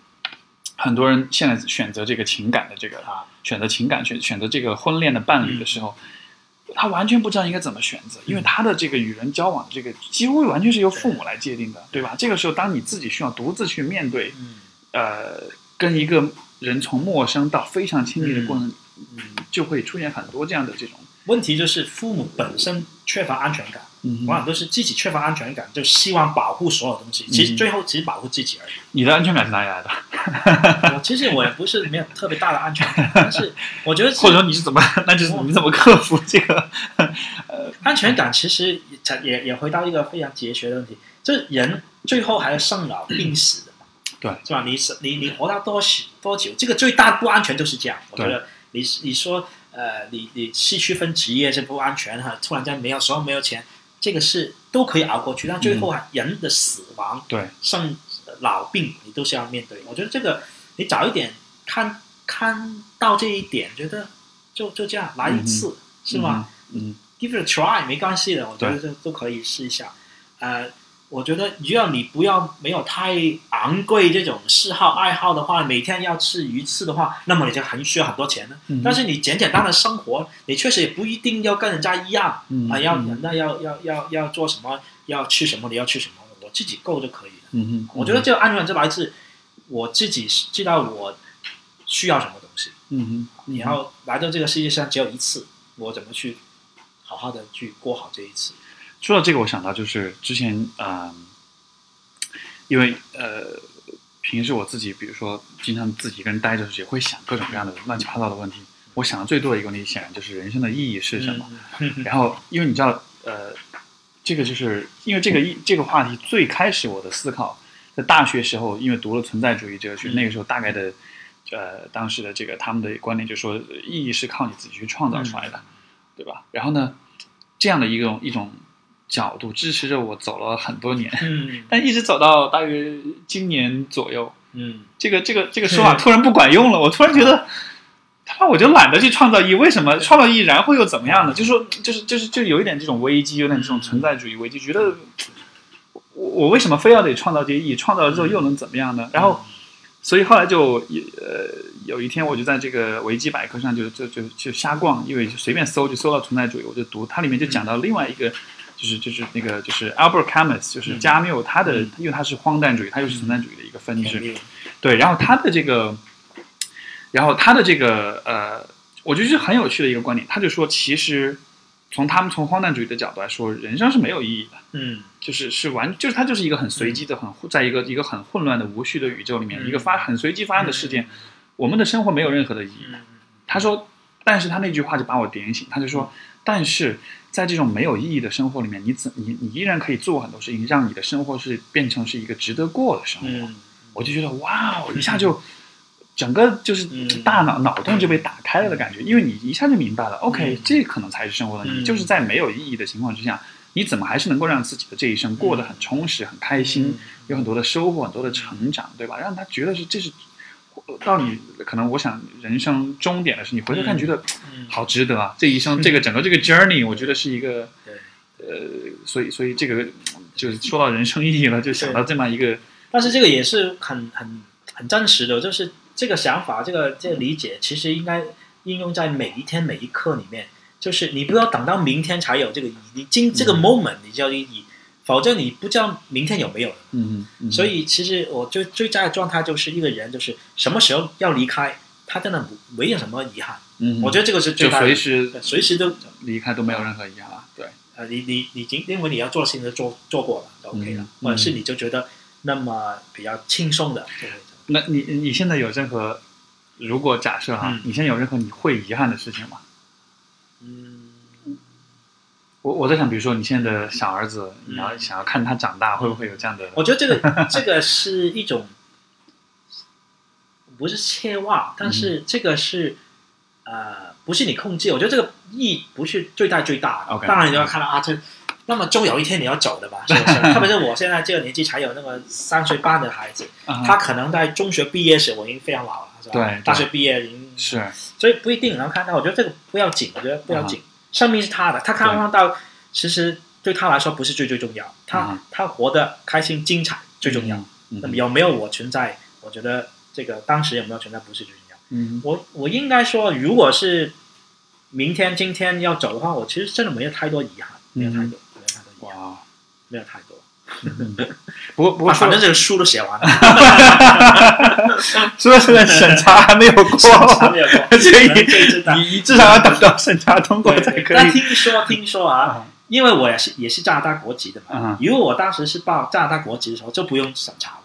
很多人现在选择这个情感的这个
啊，
选择情感选选择这个婚恋的伴侣的时候，他完全不知道应该怎么选择，因为他的这个与人交往的这个几乎完全是由父母来界定的，对吧？这个时候，当你自己需要独自去面对，
嗯
呃，跟一个人从陌生到非常亲密的过程，
嗯。
就会出现很多这样的这种，
问题就是父母本身缺乏安全感，
嗯
往往都是自己缺乏安全感，就希望保护所有东西，
嗯
其实最后只保护自己而已。
你的安全感是哪里来的？
我其实我也不是没有特别大的安全感，但是我觉得
或者说你是怎么， 那就是你怎么克服这个？
安全感其实也也也回到一个非常哲学的问题，就是人最后还是生老病死的嘛，
嗯对，
是吧？你是你你活到多久多久，这个最大不安全就是这样。我觉得你你说呃，你你去区分职业是不安全哈，突然间没有时候没有钱，这个是都可以熬过去，但
嗯
最后啊，人的死亡、
对，
生老病你都是要面对。我觉得这个你早一点看看到这一点，觉得就就这样来一次、是吗？
嗯
give it a try 没关系的，我觉得这都可以试一下。呃，我觉得只要你不要没有太昂贵这种嗜好爱好的话，每天要吃鱼翅的话，那么你就很需要很多钱了。
嗯
但是你简简单单生活，你确实也不一定要跟人家一样啊、
嗯
要
嗯
人家要要要要做什么，要吃什么，你要吃什么，我自己够就可以了。
嗯哼，
我觉得这个安全感就来自我自己知道我需要什么东西。
嗯哼，
你要来到这个世界上只有一次，我怎么去好好的去过好这一次？
说到这个，我想到就是之前，嗯、因为呃，平时我自己，比如说经常自己一个人待着的时候，也会想各种各样的乱七八糟的问题。我想的最多的一个问题，显然就是人生的意义是什么。然后，因为你知道，呃，这个就是因为这个一这个话题最开始我的思考，在大学时候，因为读了存在主义哲学，
嗯
那个时候大概的，呃，当时的这个他们的观点就说，呃意义是靠你自己去创造出来的，对吧？然后呢，这样的一种一种角度支持着我走了很多年，
嗯
但一直走到大约今年左右，
嗯
这个这个这个说法突然不管用了，我突然觉得，他妈我就懒得去创造意义，为什么创造意义然后又怎么样呢？就说就是就是就有一点这种危机，有点这种存在主义危机，觉得我我为什么非要得创造这些意义？创造了之后又能怎么样呢？然
嗯
后，所以后来就也呃有一天我就在这个维基百科上就就就就瞎逛，因为就随便搜就搜到存在主义，我就读它里面就讲到另外一个。就是就是那个就是 Albert Camus，就是
嗯
加缪，他的
嗯
因为他是荒诞主义，他又是存在主义的一个分支，
肯定
对，然后他的这个，然后他的这个呃，我觉得是很有趣的一个观点。他就说，其实从他们从荒诞主义的角度来说，人生是没有意义的，
嗯
就是是完，就是它就是一个很随机的、很在一个一个很混乱的无序的宇宙里面，
嗯
一个发很随机发生的事件，我们的生活没有任何的意义。
嗯
他说，但是他那句话就把我点醒，他就
嗯
说，但是在这种没有意义的生活里面，你怎你你依然可以做很多事情，让你的生活是变成是一个值得过的生活。
嗯
我就觉得哇，哦，一下就整个就是
嗯
大脑、脑洞就被打开了的感觉，因为你一下就明白了、o k
嗯
这可能才是生活的意义，
嗯
就是在没有意义的情况之下，你怎么还是能够让自己的这一生
嗯
过得很充实、很开心，有很多的收获、很多的成长，对吧？让他觉得是这是到你可能我想人生终点的时候，你回头看
嗯
觉得、
嗯
好值得啊！这一生这个整个这个 journey，我觉得是一个
对
呃，所以所以这个就是说到人生意义了，就想到这么一个
但是这个也是很很很真实的，就是这个想法，这个这个理解，其实应该应用在每一天每一刻里面。就是你不要等到明天才有这个意义，你今这个
嗯
moment 你就要意义，否则你不知道明天有没有。
嗯，嗯
所以其实我最最佳的状态就是一个人，就是什么时候要离开，他真的不没有什么遗憾。
嗯，
我觉得这个是最
就
大的
随
呃
时
随时都
离开都没有任何遗憾了。对，
呃，你你你已经认为你要做的事情都做做过了，就 OK 了，
嗯
或者是你就觉得那么比较轻松的就会
那你你现在有任何，如果假设啊
嗯，
你现在有任何你会遗憾的事情吗？
嗯
我我在想，比如说你现在的小儿子，你要
嗯
想要看他长大，会不会有这样的？
我觉得这个这个是一种，不是切望，但是这个是、呃，不是你控制。我觉得这个意不是最大最大的。
OK
当然你要看到啊，这那么终有一天你要走的嘛，是不是？特别是我现在这个年纪才有那么三岁半的孩子，
啊
他可能在中学毕业时我已经非常老了，是吧？
对对
大学毕业已经
是，
所以不一定能看到。我觉得这个不要紧，我觉得不要紧，生命是他的，他看不看到，其实对他来说不是最最重要，他、
啊
他活得开心精彩最重要。
嗯
那么有没有我存在，我觉得这个当时有没有存在不是最重要。
嗯
我我应该说，如果是明天今天要走的话，我其实真的没有太多遗憾，没有太多，没有太多遗憾，
哇，
没有太多。
嗯不过不过
啊反
说
正这个书都写完了，
说到现在审查还没有过，
差没有过。
所以
可能这一次大
你你至少要等到审查通过
对
才
对
可
但
以。
听说听说啊，因为我也是也是加拿大国籍的嘛
嗯，
如果我当时是报加拿大国籍的时候，就不用审查了，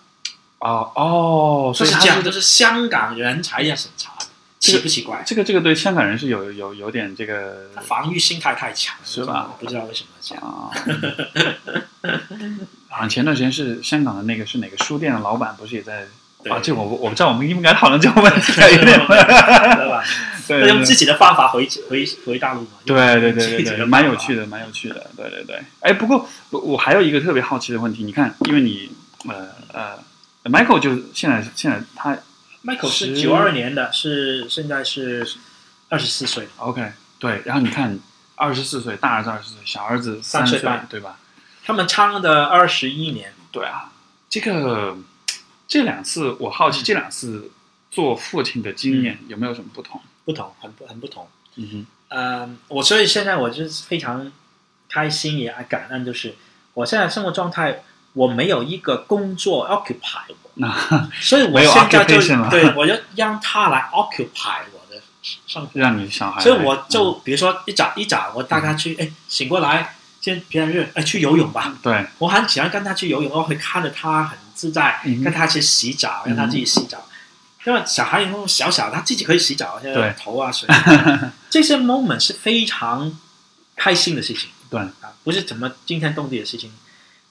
哦哦，
就
所以
是
他
这样，
是
就是香港人才要审查，奇不奇怪？
这个这个对香港人是有有有点这个
他防御心态太强了，
是吧？
我不知道为什么这样。
啊。 啊，前段时间是香港的那个是哪个书店的老板，不是也在
对
啊？这我不我不知道，我们应不应该讨论这个问题啊？有 点
对吧？
对
那
对
用自己的方法回回回大陆嘛？
对对对
自
对
己的
对，
方
蛮
法
有趣的，蛮有趣的，对对对。哎，不过我我还有一个特别好奇的问题，你看，因为你呃呃，Michael 就是现在现在他
Michael 是
十
九二年的，是现在是二十四岁，
OK 对，然后你看二十四岁，大儿子二十岁，小儿子
三
岁
岁半
对吧？
他们差了二十一年。
对啊，这个这两次我好
嗯
奇，这两次做父亲的经验有没有什么不同？
不同，很不很不同。
嗯哼。
嗯，我所以现在我就是非常开心也感恩，就是我现在生活状态，我没有一个工作 occupy 我，
那
所以我
没有
现在就
occupation 了
对我要让他来 occupy 我的生活，
让你小孩来，
所以我
嗯
就比如说一早一早，我带他去，哎，醒过来，先平日，哎，去游泳吧，
嗯对，
我很喜欢跟他去游泳，我会看着他很自在，
嗯哼嗯
跟他去洗澡，让他自己洗澡。因为小孩以后小小，他自己可以洗澡，现在
对
头啊水， 这些 moment 是非常开心的事情。
对
啊，不是怎么惊天动地的事情，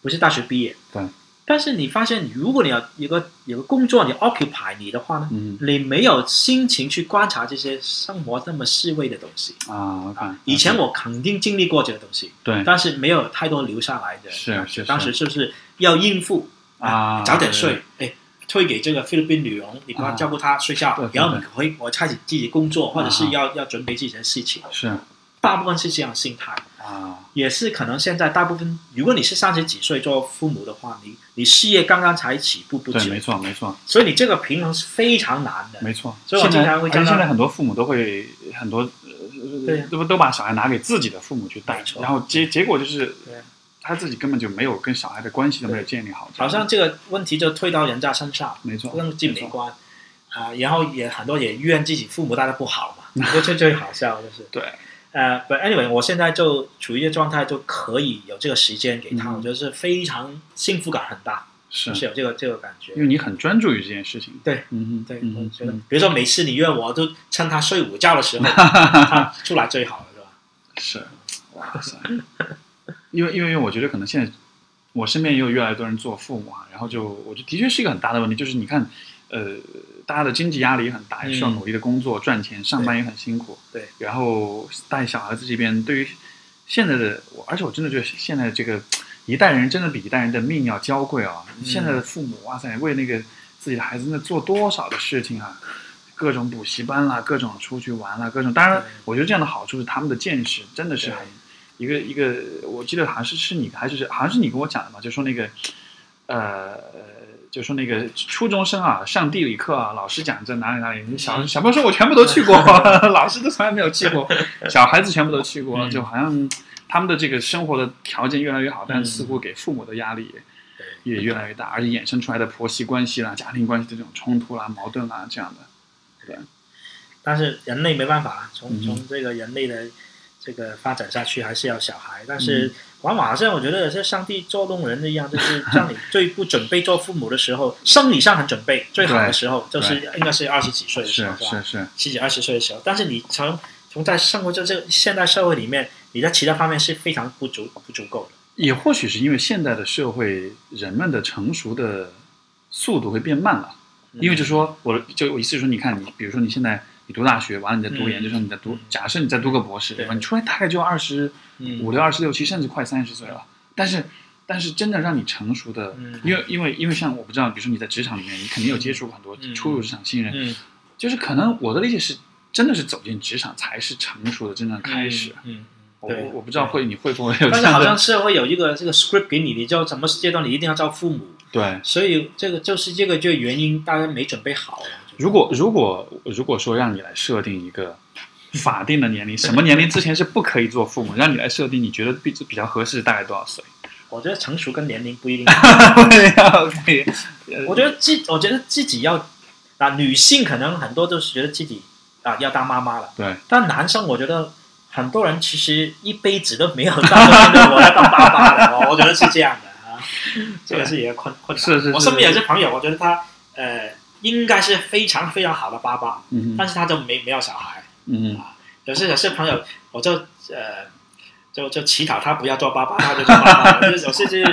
不是大学毕业。
对，
但是你发现，如果你要有个有个工作，你 occupy 你的话呢，
嗯
你没有心情去观察这些生活那么细微的东西。
啊，我看
以前我肯定经历过这个东西，
对
但是没有太多留下来的
是啊
感觉
是是
当时就是要应付
啊
早点
对
睡，哎，推给这个菲律宾女佣，你帮
啊
她照顾她睡觉
对对，
然后
对
你回我开始自己工作，或者
啊
是要要准备自己的事情，
是
大部分是这样心态，
啊，
也是可能现在大部分，如果你是三十几岁做父母的话，你你事业刚刚才起步不
对，
久
没，错，没错，
所以你这个平衡是非常难的。
没错。
所以我
现
经
在
常会
而且
看到
现在很多父母都会很多，呃
对呀
都都把小孩拿给自己的父母去带
没，错
然后结结果就是
对呀
他自己根本就没有跟小孩的关系都没有建立好，
好像这个问题就推到人家身上，
没哦错，
跟自己
没
没
错，
关啊、然后也很多也怨自己父母带的不好嘛， 这最最好笑就是
对，
呃，but anyway，我现在就处于一个状态，就可以有这个时间给他，
嗯
我觉得是非常幸福感很大，
是
是有这个这个感觉
因。为你很专注于这件事情，
对，
嗯哼，
对，
嗯
我
哼
觉得
嗯，
比如说每次你约我，都趁他睡午觉 的时候，他出来最好了，是吧？
是，哇塞，因为因为我觉得可能现在我身边也有越来越多人做父母啊，然后就我觉得的确是一个很大的问题，就是你看，呃，大家的经济压力也很大，也需要
嗯
努力的工作赚钱，上班也很辛苦，
对，
然后带小孩子这边对于现在的我，而且我真的觉得现在这个一代人真的比一代人的命要娇贵啊！
嗯
现在的父母，哇塞，为那个自己的孩子那做多少的事情啊！各种补习班啦，各种出去玩啦，各种当然
对，
我觉得这样的好处是他们的见识真的是很一个一个，我记得好像是是你还是好像是你跟我讲的嘛，就说那个呃，就说那个初中生啊，上地理课啊，老师讲在哪里哪里，小小朋友说我全部都去过，老师都从来没有去过，小孩子全部都去过，
嗯
就好像他们的这个生活的条件越来越好，但
嗯
似乎给父母的压力也
对
也越来越大，而且衍生出来的婆媳关系啦、家庭关系的这种冲突啦、矛盾啦这样的，
但是人类没办法，啊从
嗯
从这个人类的这个发展下去，还是要小孩。但
嗯
是往往好像我觉得是上帝捉弄人一样，就是 让你最不准备做父母的时候，生理上很准备，最好的时 候就是应该是二十几岁的时
是
候，吧？
是是，
十几二十岁的时候，但是你从从在生活在这个现代社会里面，你在其他方面是非常不足不足够的。
也或许是因为现代的社会，人们的成熟的速度会变慢了。
嗯
因为就说，我就我意思是说，你看你，比如说你现在你读大学，完了你再读
嗯
研究生，你再读
嗯，
假设你再读个博士，
对
对吧？你出来大概就二十
嗯
五六、二十六七，甚至快三十岁了。但是，但是真的让你成熟的
嗯，
因为因为因为像我不知道，比如说你在职场里面，你肯定有接触过很多
嗯
初入职场新人，
嗯，
就是可能我的理解是，真的是走进职场才是成熟的真正开始。
嗯，嗯
我
对
我我不知道会你会不会有
但
这
是
样
好像
的
社会有一个这个 script 给你，你就什么阶段你一定要照父母，
对。
所以这个就是这个就原因，大家没准备好。我觉得
如果如果如果说让你来设定一个法定的年 龄，什么年龄之前是不可以做父母，让你来设定，你觉得比比较合适，大概多少 岁？
我觉得成熟跟年龄不一 定，
OK，
我觉得自我觉得自己要啊，女性可能很多都是觉得自己啊要当妈妈了，
对，
但男生我觉得很多人其实一辈子都没有到那个我要当爸爸了，哦我我觉得是这样的啊，这个是一个困困难。
是是是
我身边有些朋友，我觉得他呃应该是非常非常好的爸爸，
嗯哼
但是他就没没有小孩。
嗯哼
有些有些朋友，我就呃，就就乞讨他不要做爸爸，他就做爸爸。就是有些就是、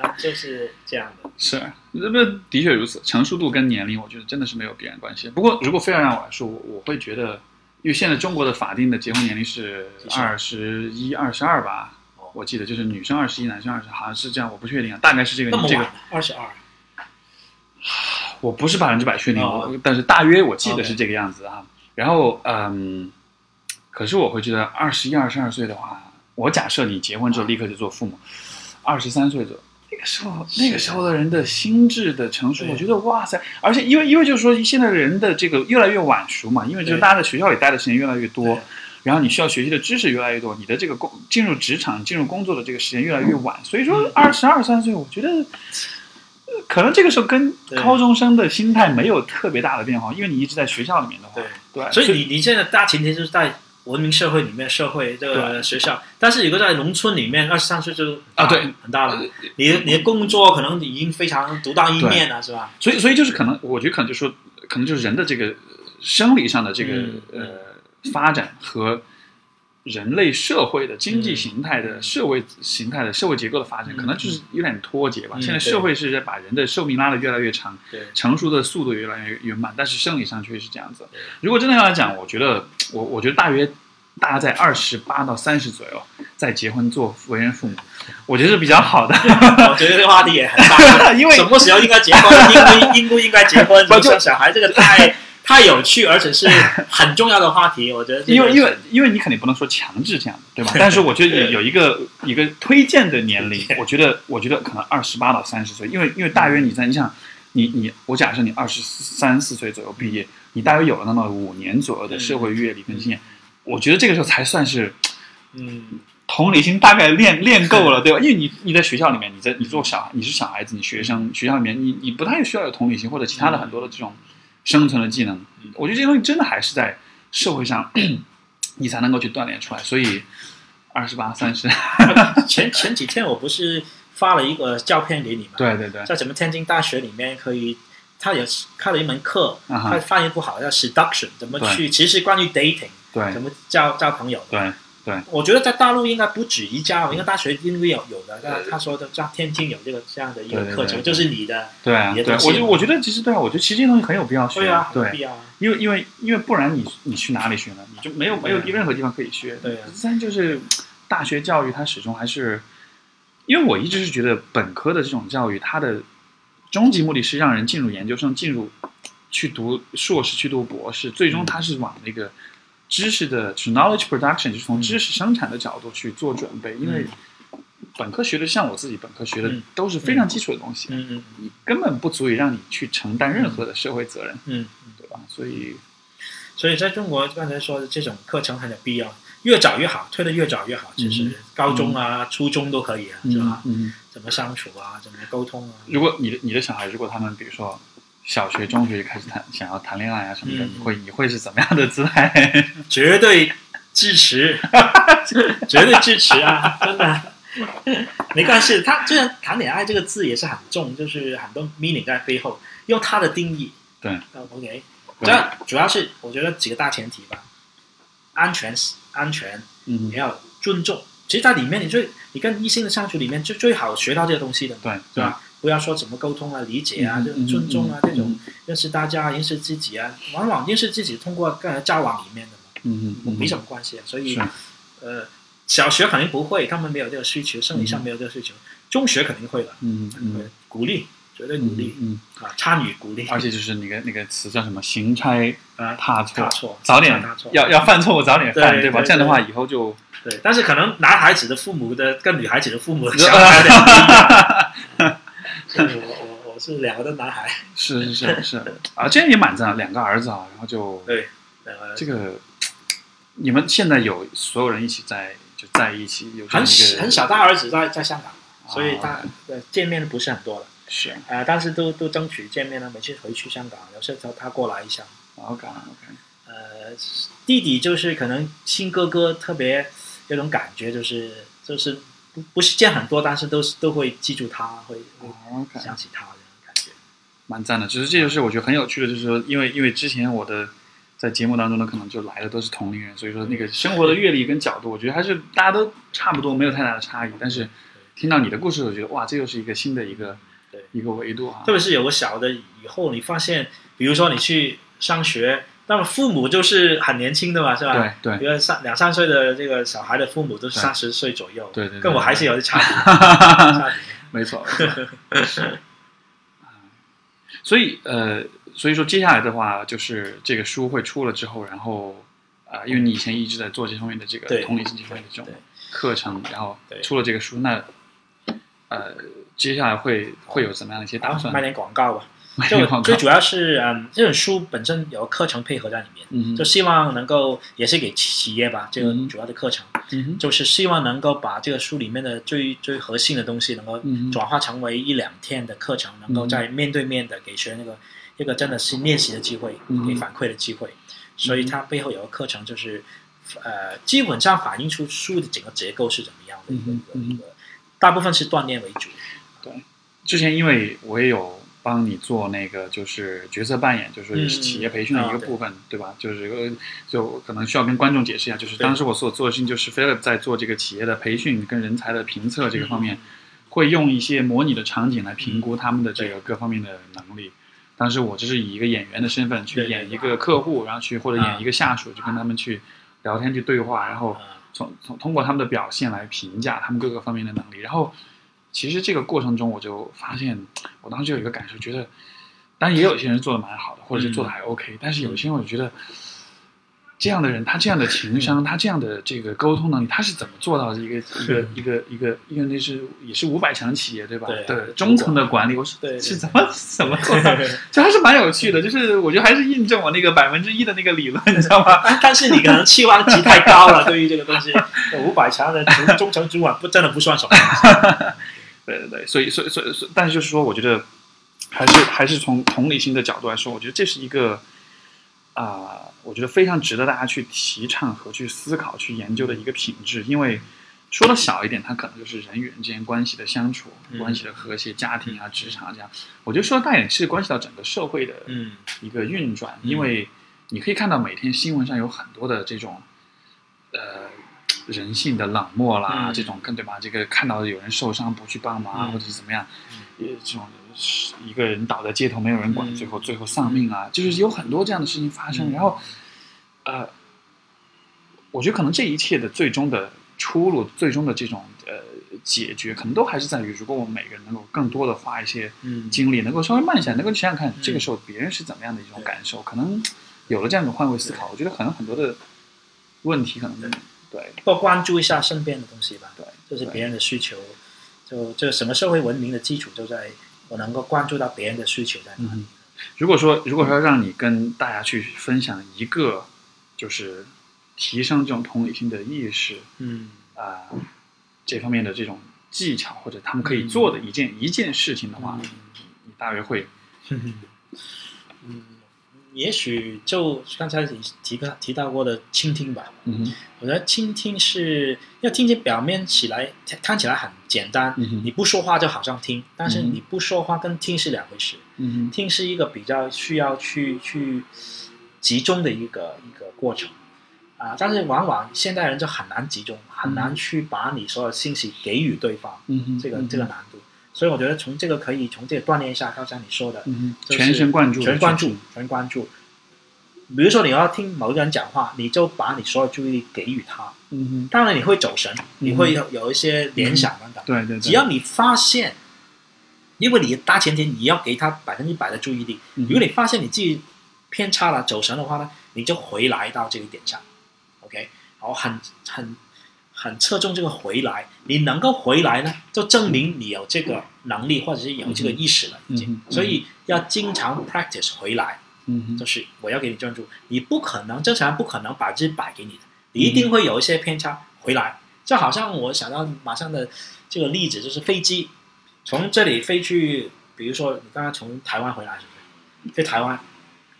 啊就是这样的。
是，那么的确如此，成熟度跟年龄，我觉得真的是没有必然关系。不过，如果非要让我来说，我我会觉得，因为现在中国的法定的结婚年龄是
几岁
二十一、二十二吧
哦，
我记得就是女生二十一，男生二十，好像是这样，我不确定啊，大概是这个
那么
这
晚
个，，
二十二，
我不是百分之百确定，
哦
我但是大约我记得是这个样子啊。然后，嗯，可是我会觉得二十一、二十二岁的话，我假设你结婚
嗯
之后立刻就做父母，二十三岁左右。那个时候，
是
那个时候的人的心智的成熟，
对
我觉得哇塞！而且因为因为就是说，现在人的这个越来越晚熟嘛，因为就是
对
大家在学校里待的时间越来越多
对，
然后你需要学习的知识越来越多，你的这个工进入职场、进入工作的这个时间越来越晚，所以
嗯
说二十二三岁，我觉得呃可能这个时候跟
对
高中生的心态没有特别大的变化，因为你一直在学校里面的话，
对。
对，
所以你你现在大前提就是在文明社会里面，社会这个学校，但是如果在农村里面，二十三岁就
啊对呃
很大了，你的你的工作可能已经非常独当一面了，是吧？
所以所以就是可能，我觉得可能就说，可能就是人的这个呃生理上的这个、
嗯嗯
呃发展和人类社会的经济
嗯
形态的、
嗯
社会形态的社会结构的发展，
嗯
可能就是有点脱节吧。
嗯
现在社会是在把人的寿命拉得越来越长，
对
成熟的速度越来越越慢，但是生理上确实是这样子
对。
如果真的要来讲，我觉得我我觉得大约大家在二十八到三十左右再结婚做为人父母，我觉得是比较好的，
我觉得这个话题也很 大，
因为
什么时候应该结婚，应不应不应该结婚，
不
怎
就
么生小孩，这个太太有趣，而且是很重要的话题，我觉得这个
因为因为因为你肯定不能说强制这样的，对吧？但是我觉得有有一个一个推荐的年龄，我觉得我觉得可能二十八到三十岁，因为因为大约你在你想你你我假设你二十三四岁左右毕业，你大约有了那么五年左右的社会阅历跟经验，我觉得这个时候才算是
嗯
同理心大概 练练够了，对吧？因为你你在学校里面，你在你做小你是小孩子，你学生学校里面，你你不太需要有同理心或者其他的很多的这种生存的技能
嗯。
我觉得这些东西真的还是在社会上， 你才能够去锻炼出来。所以二十八、三十，
前前几天我不是发了一个照片给你吗？
对对对，
在什么天津大学里面可以，他有开了一门课，
啊
他
哈，
翻译不好叫 seduction，怎么
对
去？其实关于 dating，
对
怎么交交朋友的。
对啊
我觉得在大陆应该不止一家，应该大学应该有有的。但他说的在天津有这个这样的一个
对对
课程，
对
就是你的，
对啊
别
对
的
啊，
东西
我就我觉得其实对啊，我觉得其实这些东西很有必要学
对啊，，很有必
对，
要啊。
因为因为因为不然你你去哪里学呢？你就没有没有
对啊
任何地方可以学。
对啊
三就是大学教育，它始终还是，因为我一直是觉得本科的这种教育，它的终极目的是让人进入研究生，进入去读硕士，去读博士，最
嗯
终它是往那个知识的就是 knowledge production，就是
嗯
从知识生产的角度去做准备，因为。本科学的，像我自己本科学的
嗯，
都是非常基础的东西，
嗯嗯嗯
根本不足以让你去承担任何的社会责任，
嗯。
对吧？所以，
所以在中国刚才说的这种课程很有必要，越早越好，推的越早越好。其
嗯
实高中啊、初中都可以啊，是吧？
嗯，
怎么相处啊，怎么沟通啊？
如果你的你的小孩，如果他们比如说小学、中学就开始谈想要谈恋爱啊什么的，
嗯
你会你会是怎么样的姿 态？
绝对支 持，绝对支持啊！真的，没关系。他虽然“谈恋爱”这个字也是很重，就是很多 meaning 在背后，用他的定义。
对
呃，OK，
对
这样主要是我觉得几个大前提吧：安全、安全，
嗯
也，要尊重。其实，在里面你最你跟异性的相处里面，最最好学到这个东西的嘛，
对
是
对，
吧？不要说怎么沟通啊、理解啊、
嗯
这种尊重啊、
嗯嗯
这种认识大家、认识自己啊，往往认识自己通过跟人交往里面的嘛。
嗯嗯，
没什么关系啊。所以
是，
呃，小学肯定不会，他们没有这个需求，生理上没有这个需求。中学肯定会了，
嗯
对
嗯，
鼓励，绝对
嗯
鼓励
嗯，
啊，参与鼓励，
而且就是那个那个词叫什么“行差
啊，
踏错
大”，错，
早点
大错，
要要犯错误早点犯，
对
吧？
对
这样的话以后就
对。但是可能男孩子的父母的跟女孩子的父母想法有点不一样。
是
所以我我我是两个都男孩，
是是是啊，这样也蛮赞，两个儿子啊，然后就
对呃，
这个，你们现在有所有人一起在就在一起，有这
很
样一
小
个
很小，大儿子在在香港，所以
啊
他呃见面不是很多了。
是
啊，但是都都争取见面了，每次回去香港，有时候他过来一下，
OK OK，
呃，弟弟就是可能亲哥哥特别有种感觉，就是就是
哦
不不是见很多，但是都是都会记住他，会会
OK，
想起他的感觉。
蛮赞的。只是这就是我觉得很有趣的，就是说，因为因为之前我的在节目当中呢，可能就来的都是同龄人，所以说那个生活的阅历跟角度，我觉得还是大家都差不多，没有太大的差异。但是听到你的故事，我觉得哇，这又是一个新的一个
对
一个维度啊。
特别是有个小的以后，你发现，比如说你去上学，那么父母就是很年轻的嘛，是吧？
对对
比如三两三岁的这个小孩的父母都是
对
三十岁左右，
对对对
跟我还是有点差别。差别
没错。啊所以呃，所以说接下来的话，就是这个书会出了之后，然后啊、因为你以前一直在做这方面的这个
对
同理心这方面的这种
对
课程，然后
嗯对
出了这个书，那呃，接下来会会有怎么样的一些
然
打
后
算？
卖点广告吧，
卖点广告
啊就最主要是嗯，这本书本身有课程配合在里面，
嗯
就
哼，
希望能够也是给企业吧，这个
嗯
主要的课程，
嗯哼，
就是希望能够把这个书里面的最最核心的东西，能够
嗯哼
转化成为一两天的课程，能够在面对面的给学员那个一个真的是练习的机会，
嗯
给反馈的机会。所以它背后有个课程，就是呃，基本上反映出书的整个结构是怎么样的一个
嗯哼
一个一个，大部分是锻炼为主。
之前因为我也有帮你做那个就是角色扮演，就是
嗯
企业培训的一个
啊对
部分，对吧？就是呃就可能需要跟观众解释一下，就是
对
当时我所做的事情就是 Philip 在做这个企业的培训跟人才的评测
嗯
这个方面，会用一些模拟的场景来评估他们的这个各方面的能力。当时我就是以一个演员的身份去
对对
演一个客户，然后去或者演一个下属，就跟他们去聊天去对话，然后
啊
从从通过他们的表现来评价他们各个方面的能力。然后，其实这个过程中，我就发现，我当时有一个感受，觉得，当然也有些人做的蛮好的，或者是
嗯
做的还 OK，、但是有些人我觉得，这样的人，他这样的情
嗯
商，他这样的这个沟通能力，他是怎么做到一个一个一个一个一个那是也是五百强企业对吧？
对啊
的中层的管理，我是
对对
是
对
怎么怎么做 到？这还是蛮有趣的，就是我觉得还是印证我那个百分之一的那个理论，你知道吗？
但哎但是你可能期望值太高了，对于这个东西， 五百强的中中层主管不真的不算什么。
对对对，所以所以所以，所以但是就是说，我觉得还是还是从同理心的角度来说，我觉得这是一个啊、我觉得非常值得大家去提倡和去思考、去研究的一个品质。因为说的小一点，它可能就是人与人之间关系的相处、
嗯
关系的和谐、家庭啊、职场这样。我觉得说的大一点，是关系到整个社会的
嗯，
一个运转，
嗯
因为你可以看到每天新闻上有很多的这种，呃，人性的冷漠啦，
嗯
这种跟对吧？这个看到有人受伤不去帮忙啊，
嗯
或者是怎么样，呃，这种是一个人倒在街头没有人管，
嗯
最后最后丧命啊，就是有很多这样的事情发生。
嗯
然后，呃，我觉得可能这一切的最终的出路，最终的这种呃解决，可能都还是在于，如果我们每个人能够更多的花一些
嗯
精力，能够稍微慢下来，能够想想看这个时候别人是怎么样的一种感受，可能有了这样一种换位思考，
嗯
我觉得可能很多的问题可能对
多关注一下身边的东西吧，
对，
就是
对
别人的需求，就这整个社会文明的基础就在我能够关注到别人的需求在哪里。
嗯，如果说如果说让你跟大家去分享一个，就是提升这种同理心的意识
嗯，
啊、这方面的这种技巧，或者他们可以做的一件、一件事情的话，
嗯
你大约会
嗯，也许就刚才你提到提到过的倾听吧，
嗯哼
我觉得倾听是要听见表面起来看起来很简单，
嗯哼
你不说话就好像听，但是
嗯哼
你不说话跟听是两回事。
嗯
听是一个比较需要去去集中的一个一个过程啊，但是往往现代人就很难集中，很难去把你所有信息给予对方，
嗯哼
这个
嗯哼
这个难度。所以我觉得从这个可以从这个锻炼一下刚才你说的，
嗯哼
就是
全神贯注，
全关注，全关注。比如说你要听某一个人讲话，你就把你所有注意力给予他，
嗯哼，
当然你会走神，
嗯
你会有有一些联想等等。
对对对，
只要你发现，因为你大前提你要给他百分之百的注意力，
嗯
如果你发现你自己偏差了、走神的话呢，你就回来到这一点上，OK，然后很很很侧重这个回来，你能够回来呢，就证明你有这个能力或者是有这个意识了已经，
嗯哼
所以要经常 practice 回来，
嗯哼
就是我要给你专注，你不可能正常人不可能百分之百给你的，你一
嗯
定会有一些偏差回来。就好像我想到马上的这个例子，就是飞机从这里飞去，比如说你刚刚从台湾回来是不是？飞台湾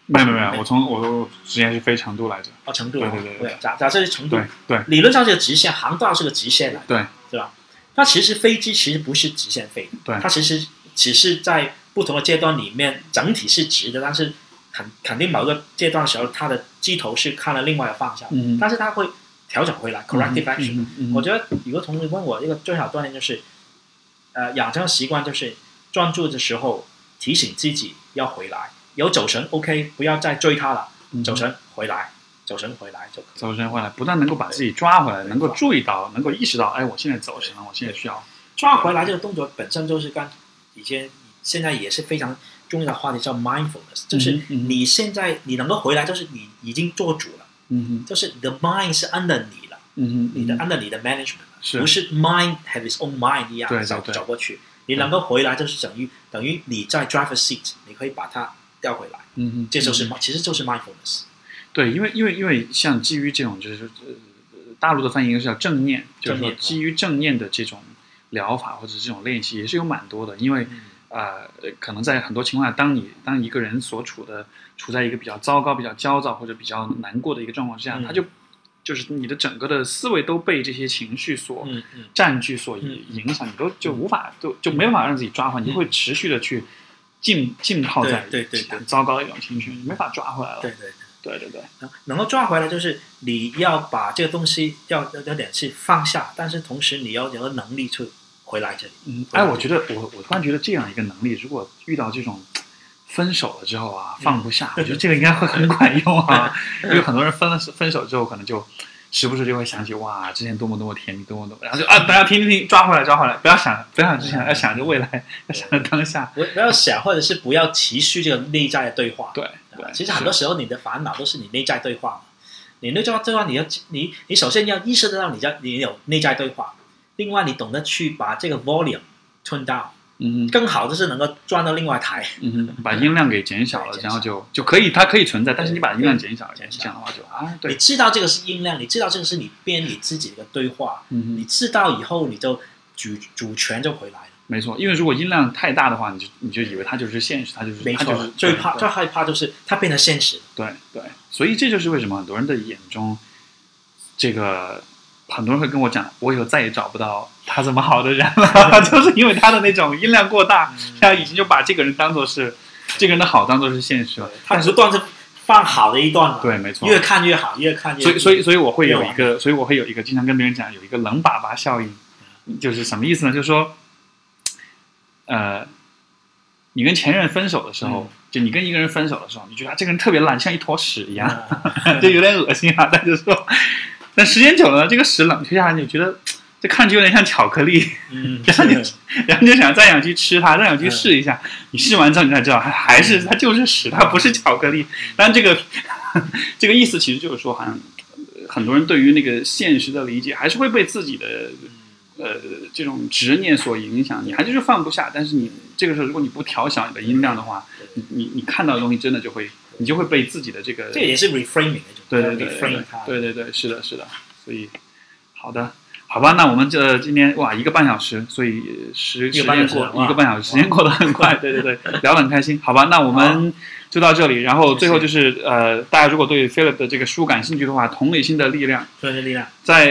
没有没有没有，我从我我之前是飞成都来着，
哦，成都
对对对对对
假假设是成都
对，对
理论上是个直线，航道是个直线来的，
对
对吧？它其实飞机其实不是直线飞的，
对
它其实只是在不不同的阶段里面整体是直的，但是肯肯定某个阶段的时候，它的鸡头是看了另外的方向，
嗯
但是它会调整回来，corrective action。
嗯嗯
我觉得有个同学问我一个最好锻炼就是，呃，养成习惯就是专注的时候提醒自己要回来，有走神 OK，不要再追他了，
嗯
走神回来，走神回来就可以。
走神回来，不但能够把自己抓回来，
对
能够注意到，能够意识到，哎，我现在走神了，我现在需要
抓回来这个动作本身就是跟以前现在也是非常重要的话题，叫 mindfulness，就是
嗯嗯
你现在你能够回来，就是你已经做主了，
嗯哼
就是你的 mind 是 under 你了，
嗯哼
你的 under 你的 management 了
是
不是 mind have its own mind 一样
对对
走
对
走过去，你能够回来就是等于等于你在 driver seat，你可以把它调回来，
嗯哼，
这就是
嗯
mind- 其实就是 mindfulness，
对，因为因为因为像基于这种就是呃大陆的翻译应该是叫正念，就是
正
说
念
基于正念的这种疗法或者这种练习也是有蛮多的，因为。啊、呃，可能在很多情况下，当你当一个人所处的处在一个比较糟糕、比较焦躁或者比较难过的一个状况之下，
嗯
他就就是你的整个的思维都被这些情绪所
嗯嗯
占据、所影影响，你都就无法就就没办法让自己抓回来，你就会持续的去浸浸泡在
嗯对对对对
很糟糕的一种情绪，你没法抓回来了。
对对。
对对对，
能能够抓回来，就是你要把这个东西要要有点去放下，但是同时你要有能力去回来这里。
嗯，哎，我觉得我我突然觉得这样一个能力，如果遇到这种分手了之后啊，放不下，我觉得这个应该会很管用啊。 因为很多人分了分手之后，可能就时不时就会想起哇，之前多么多么甜蜜，多么多么，然后就啊，大家听听听，抓回来，抓回来，不要想，不要想之前，要想着未来，要想着当下。
不不要想，或者是不要持续这个内在的对话。
对
啊
对，
其实很多时候你的烦恼都是你内在对话嘛。你内在对话，你要你你首先要意识得到你在你有内在对话，另外你懂得去把这个 volume turn down，
嗯哼
更好的是能够转到另外一台。
嗯哼，把音量给减小了，
对减小
然后就就可以，它可以存在，但是你把音量
对
减小了，
减
这
小
样的话就啊，
你
对，
知道这个是音量，你知道这个是你编你自己的对话，
嗯哼
你。知道以后你就主主权就回来了。
没错，因为如果音量太大的话，你就你就以为它就是现实，它就是
没
它
错，
就是
最
对
怕
对
最害怕就是它变成现实。
对对，所以这就是为什么很多人的眼中，这个很多人会跟我讲，我以后再也找不到他这么好的人了， 就是因为他的那种音量过大，
嗯
他已经就把这个人当做是这个人的好当做是现实了。
它
但
不
是
断是放好的一段嘛，
对，没错，
越看越好，越看越。
所以所以所以我会有
越
一
玩
个，所以我会有一个经常跟别人讲有一个冷粑粑效应，
嗯
就是什么意思呢？就是说，呃，你跟前任分手的时候，
嗯
就你跟一个人分手的时候，你觉得啊这个人特别烂，像一坨屎一样。
嗯
就有点恶心啊。但是说，但时间久了呢，这个屎冷却下来，你就觉得这看着有点像巧克力，
嗯，
然后你然后你就想再想去吃它，再想去试一下。你试完之后，你才知道，还还
嗯
是它就是屎，它不是巧克力。但这个 这个意思其实就是说，好像呃很多人对于那个现实的理解，还是会被自己的
嗯
呃这种执念所影响，你还就是放不下。但是你这个时候，如果你不调小你的音量的话，你你你看到的东西真的就会，你就会被自己的这个
这也是 reframing 那种，
对对对
要
对
reframe 它。
对对对，是的，是的。所以，好的，好吧，那我们这今天哇一个半小时，所以时
一
时
个半
间
小时
过
哇
一个半小时，时间过得很快，对对对，聊得很开心，好吧，那我们就到这里。然后最后就是呃，大家如果对 Philip 的这个书感兴趣的话，《同理心的力量》
所以这力量，
在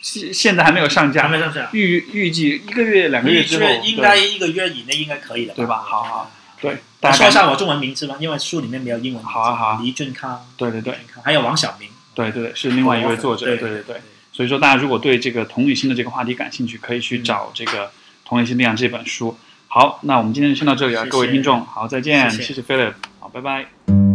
现现在还没有上
咱
架，
们上去啊，
预预计一个月两个月之后，
应该一个月以内应该可以的，
对吧？好好，对，大
大
家
家
感
说一下我中文名字吧，因为书里面没有英文名字。
好啊好啊
黎俊康，
对对对
俊康还有王晓明，
对对对，是另外一位作者，
对
对对对。所以说，大家如果对这个同理心的这个话题感兴趣，可以去找这个《同理心力量》这本书。好，那我们今天就先到这里啊，
谢谢
各位听众，好，再见，
谢谢
谢谢 Philip，好，拜拜。
拜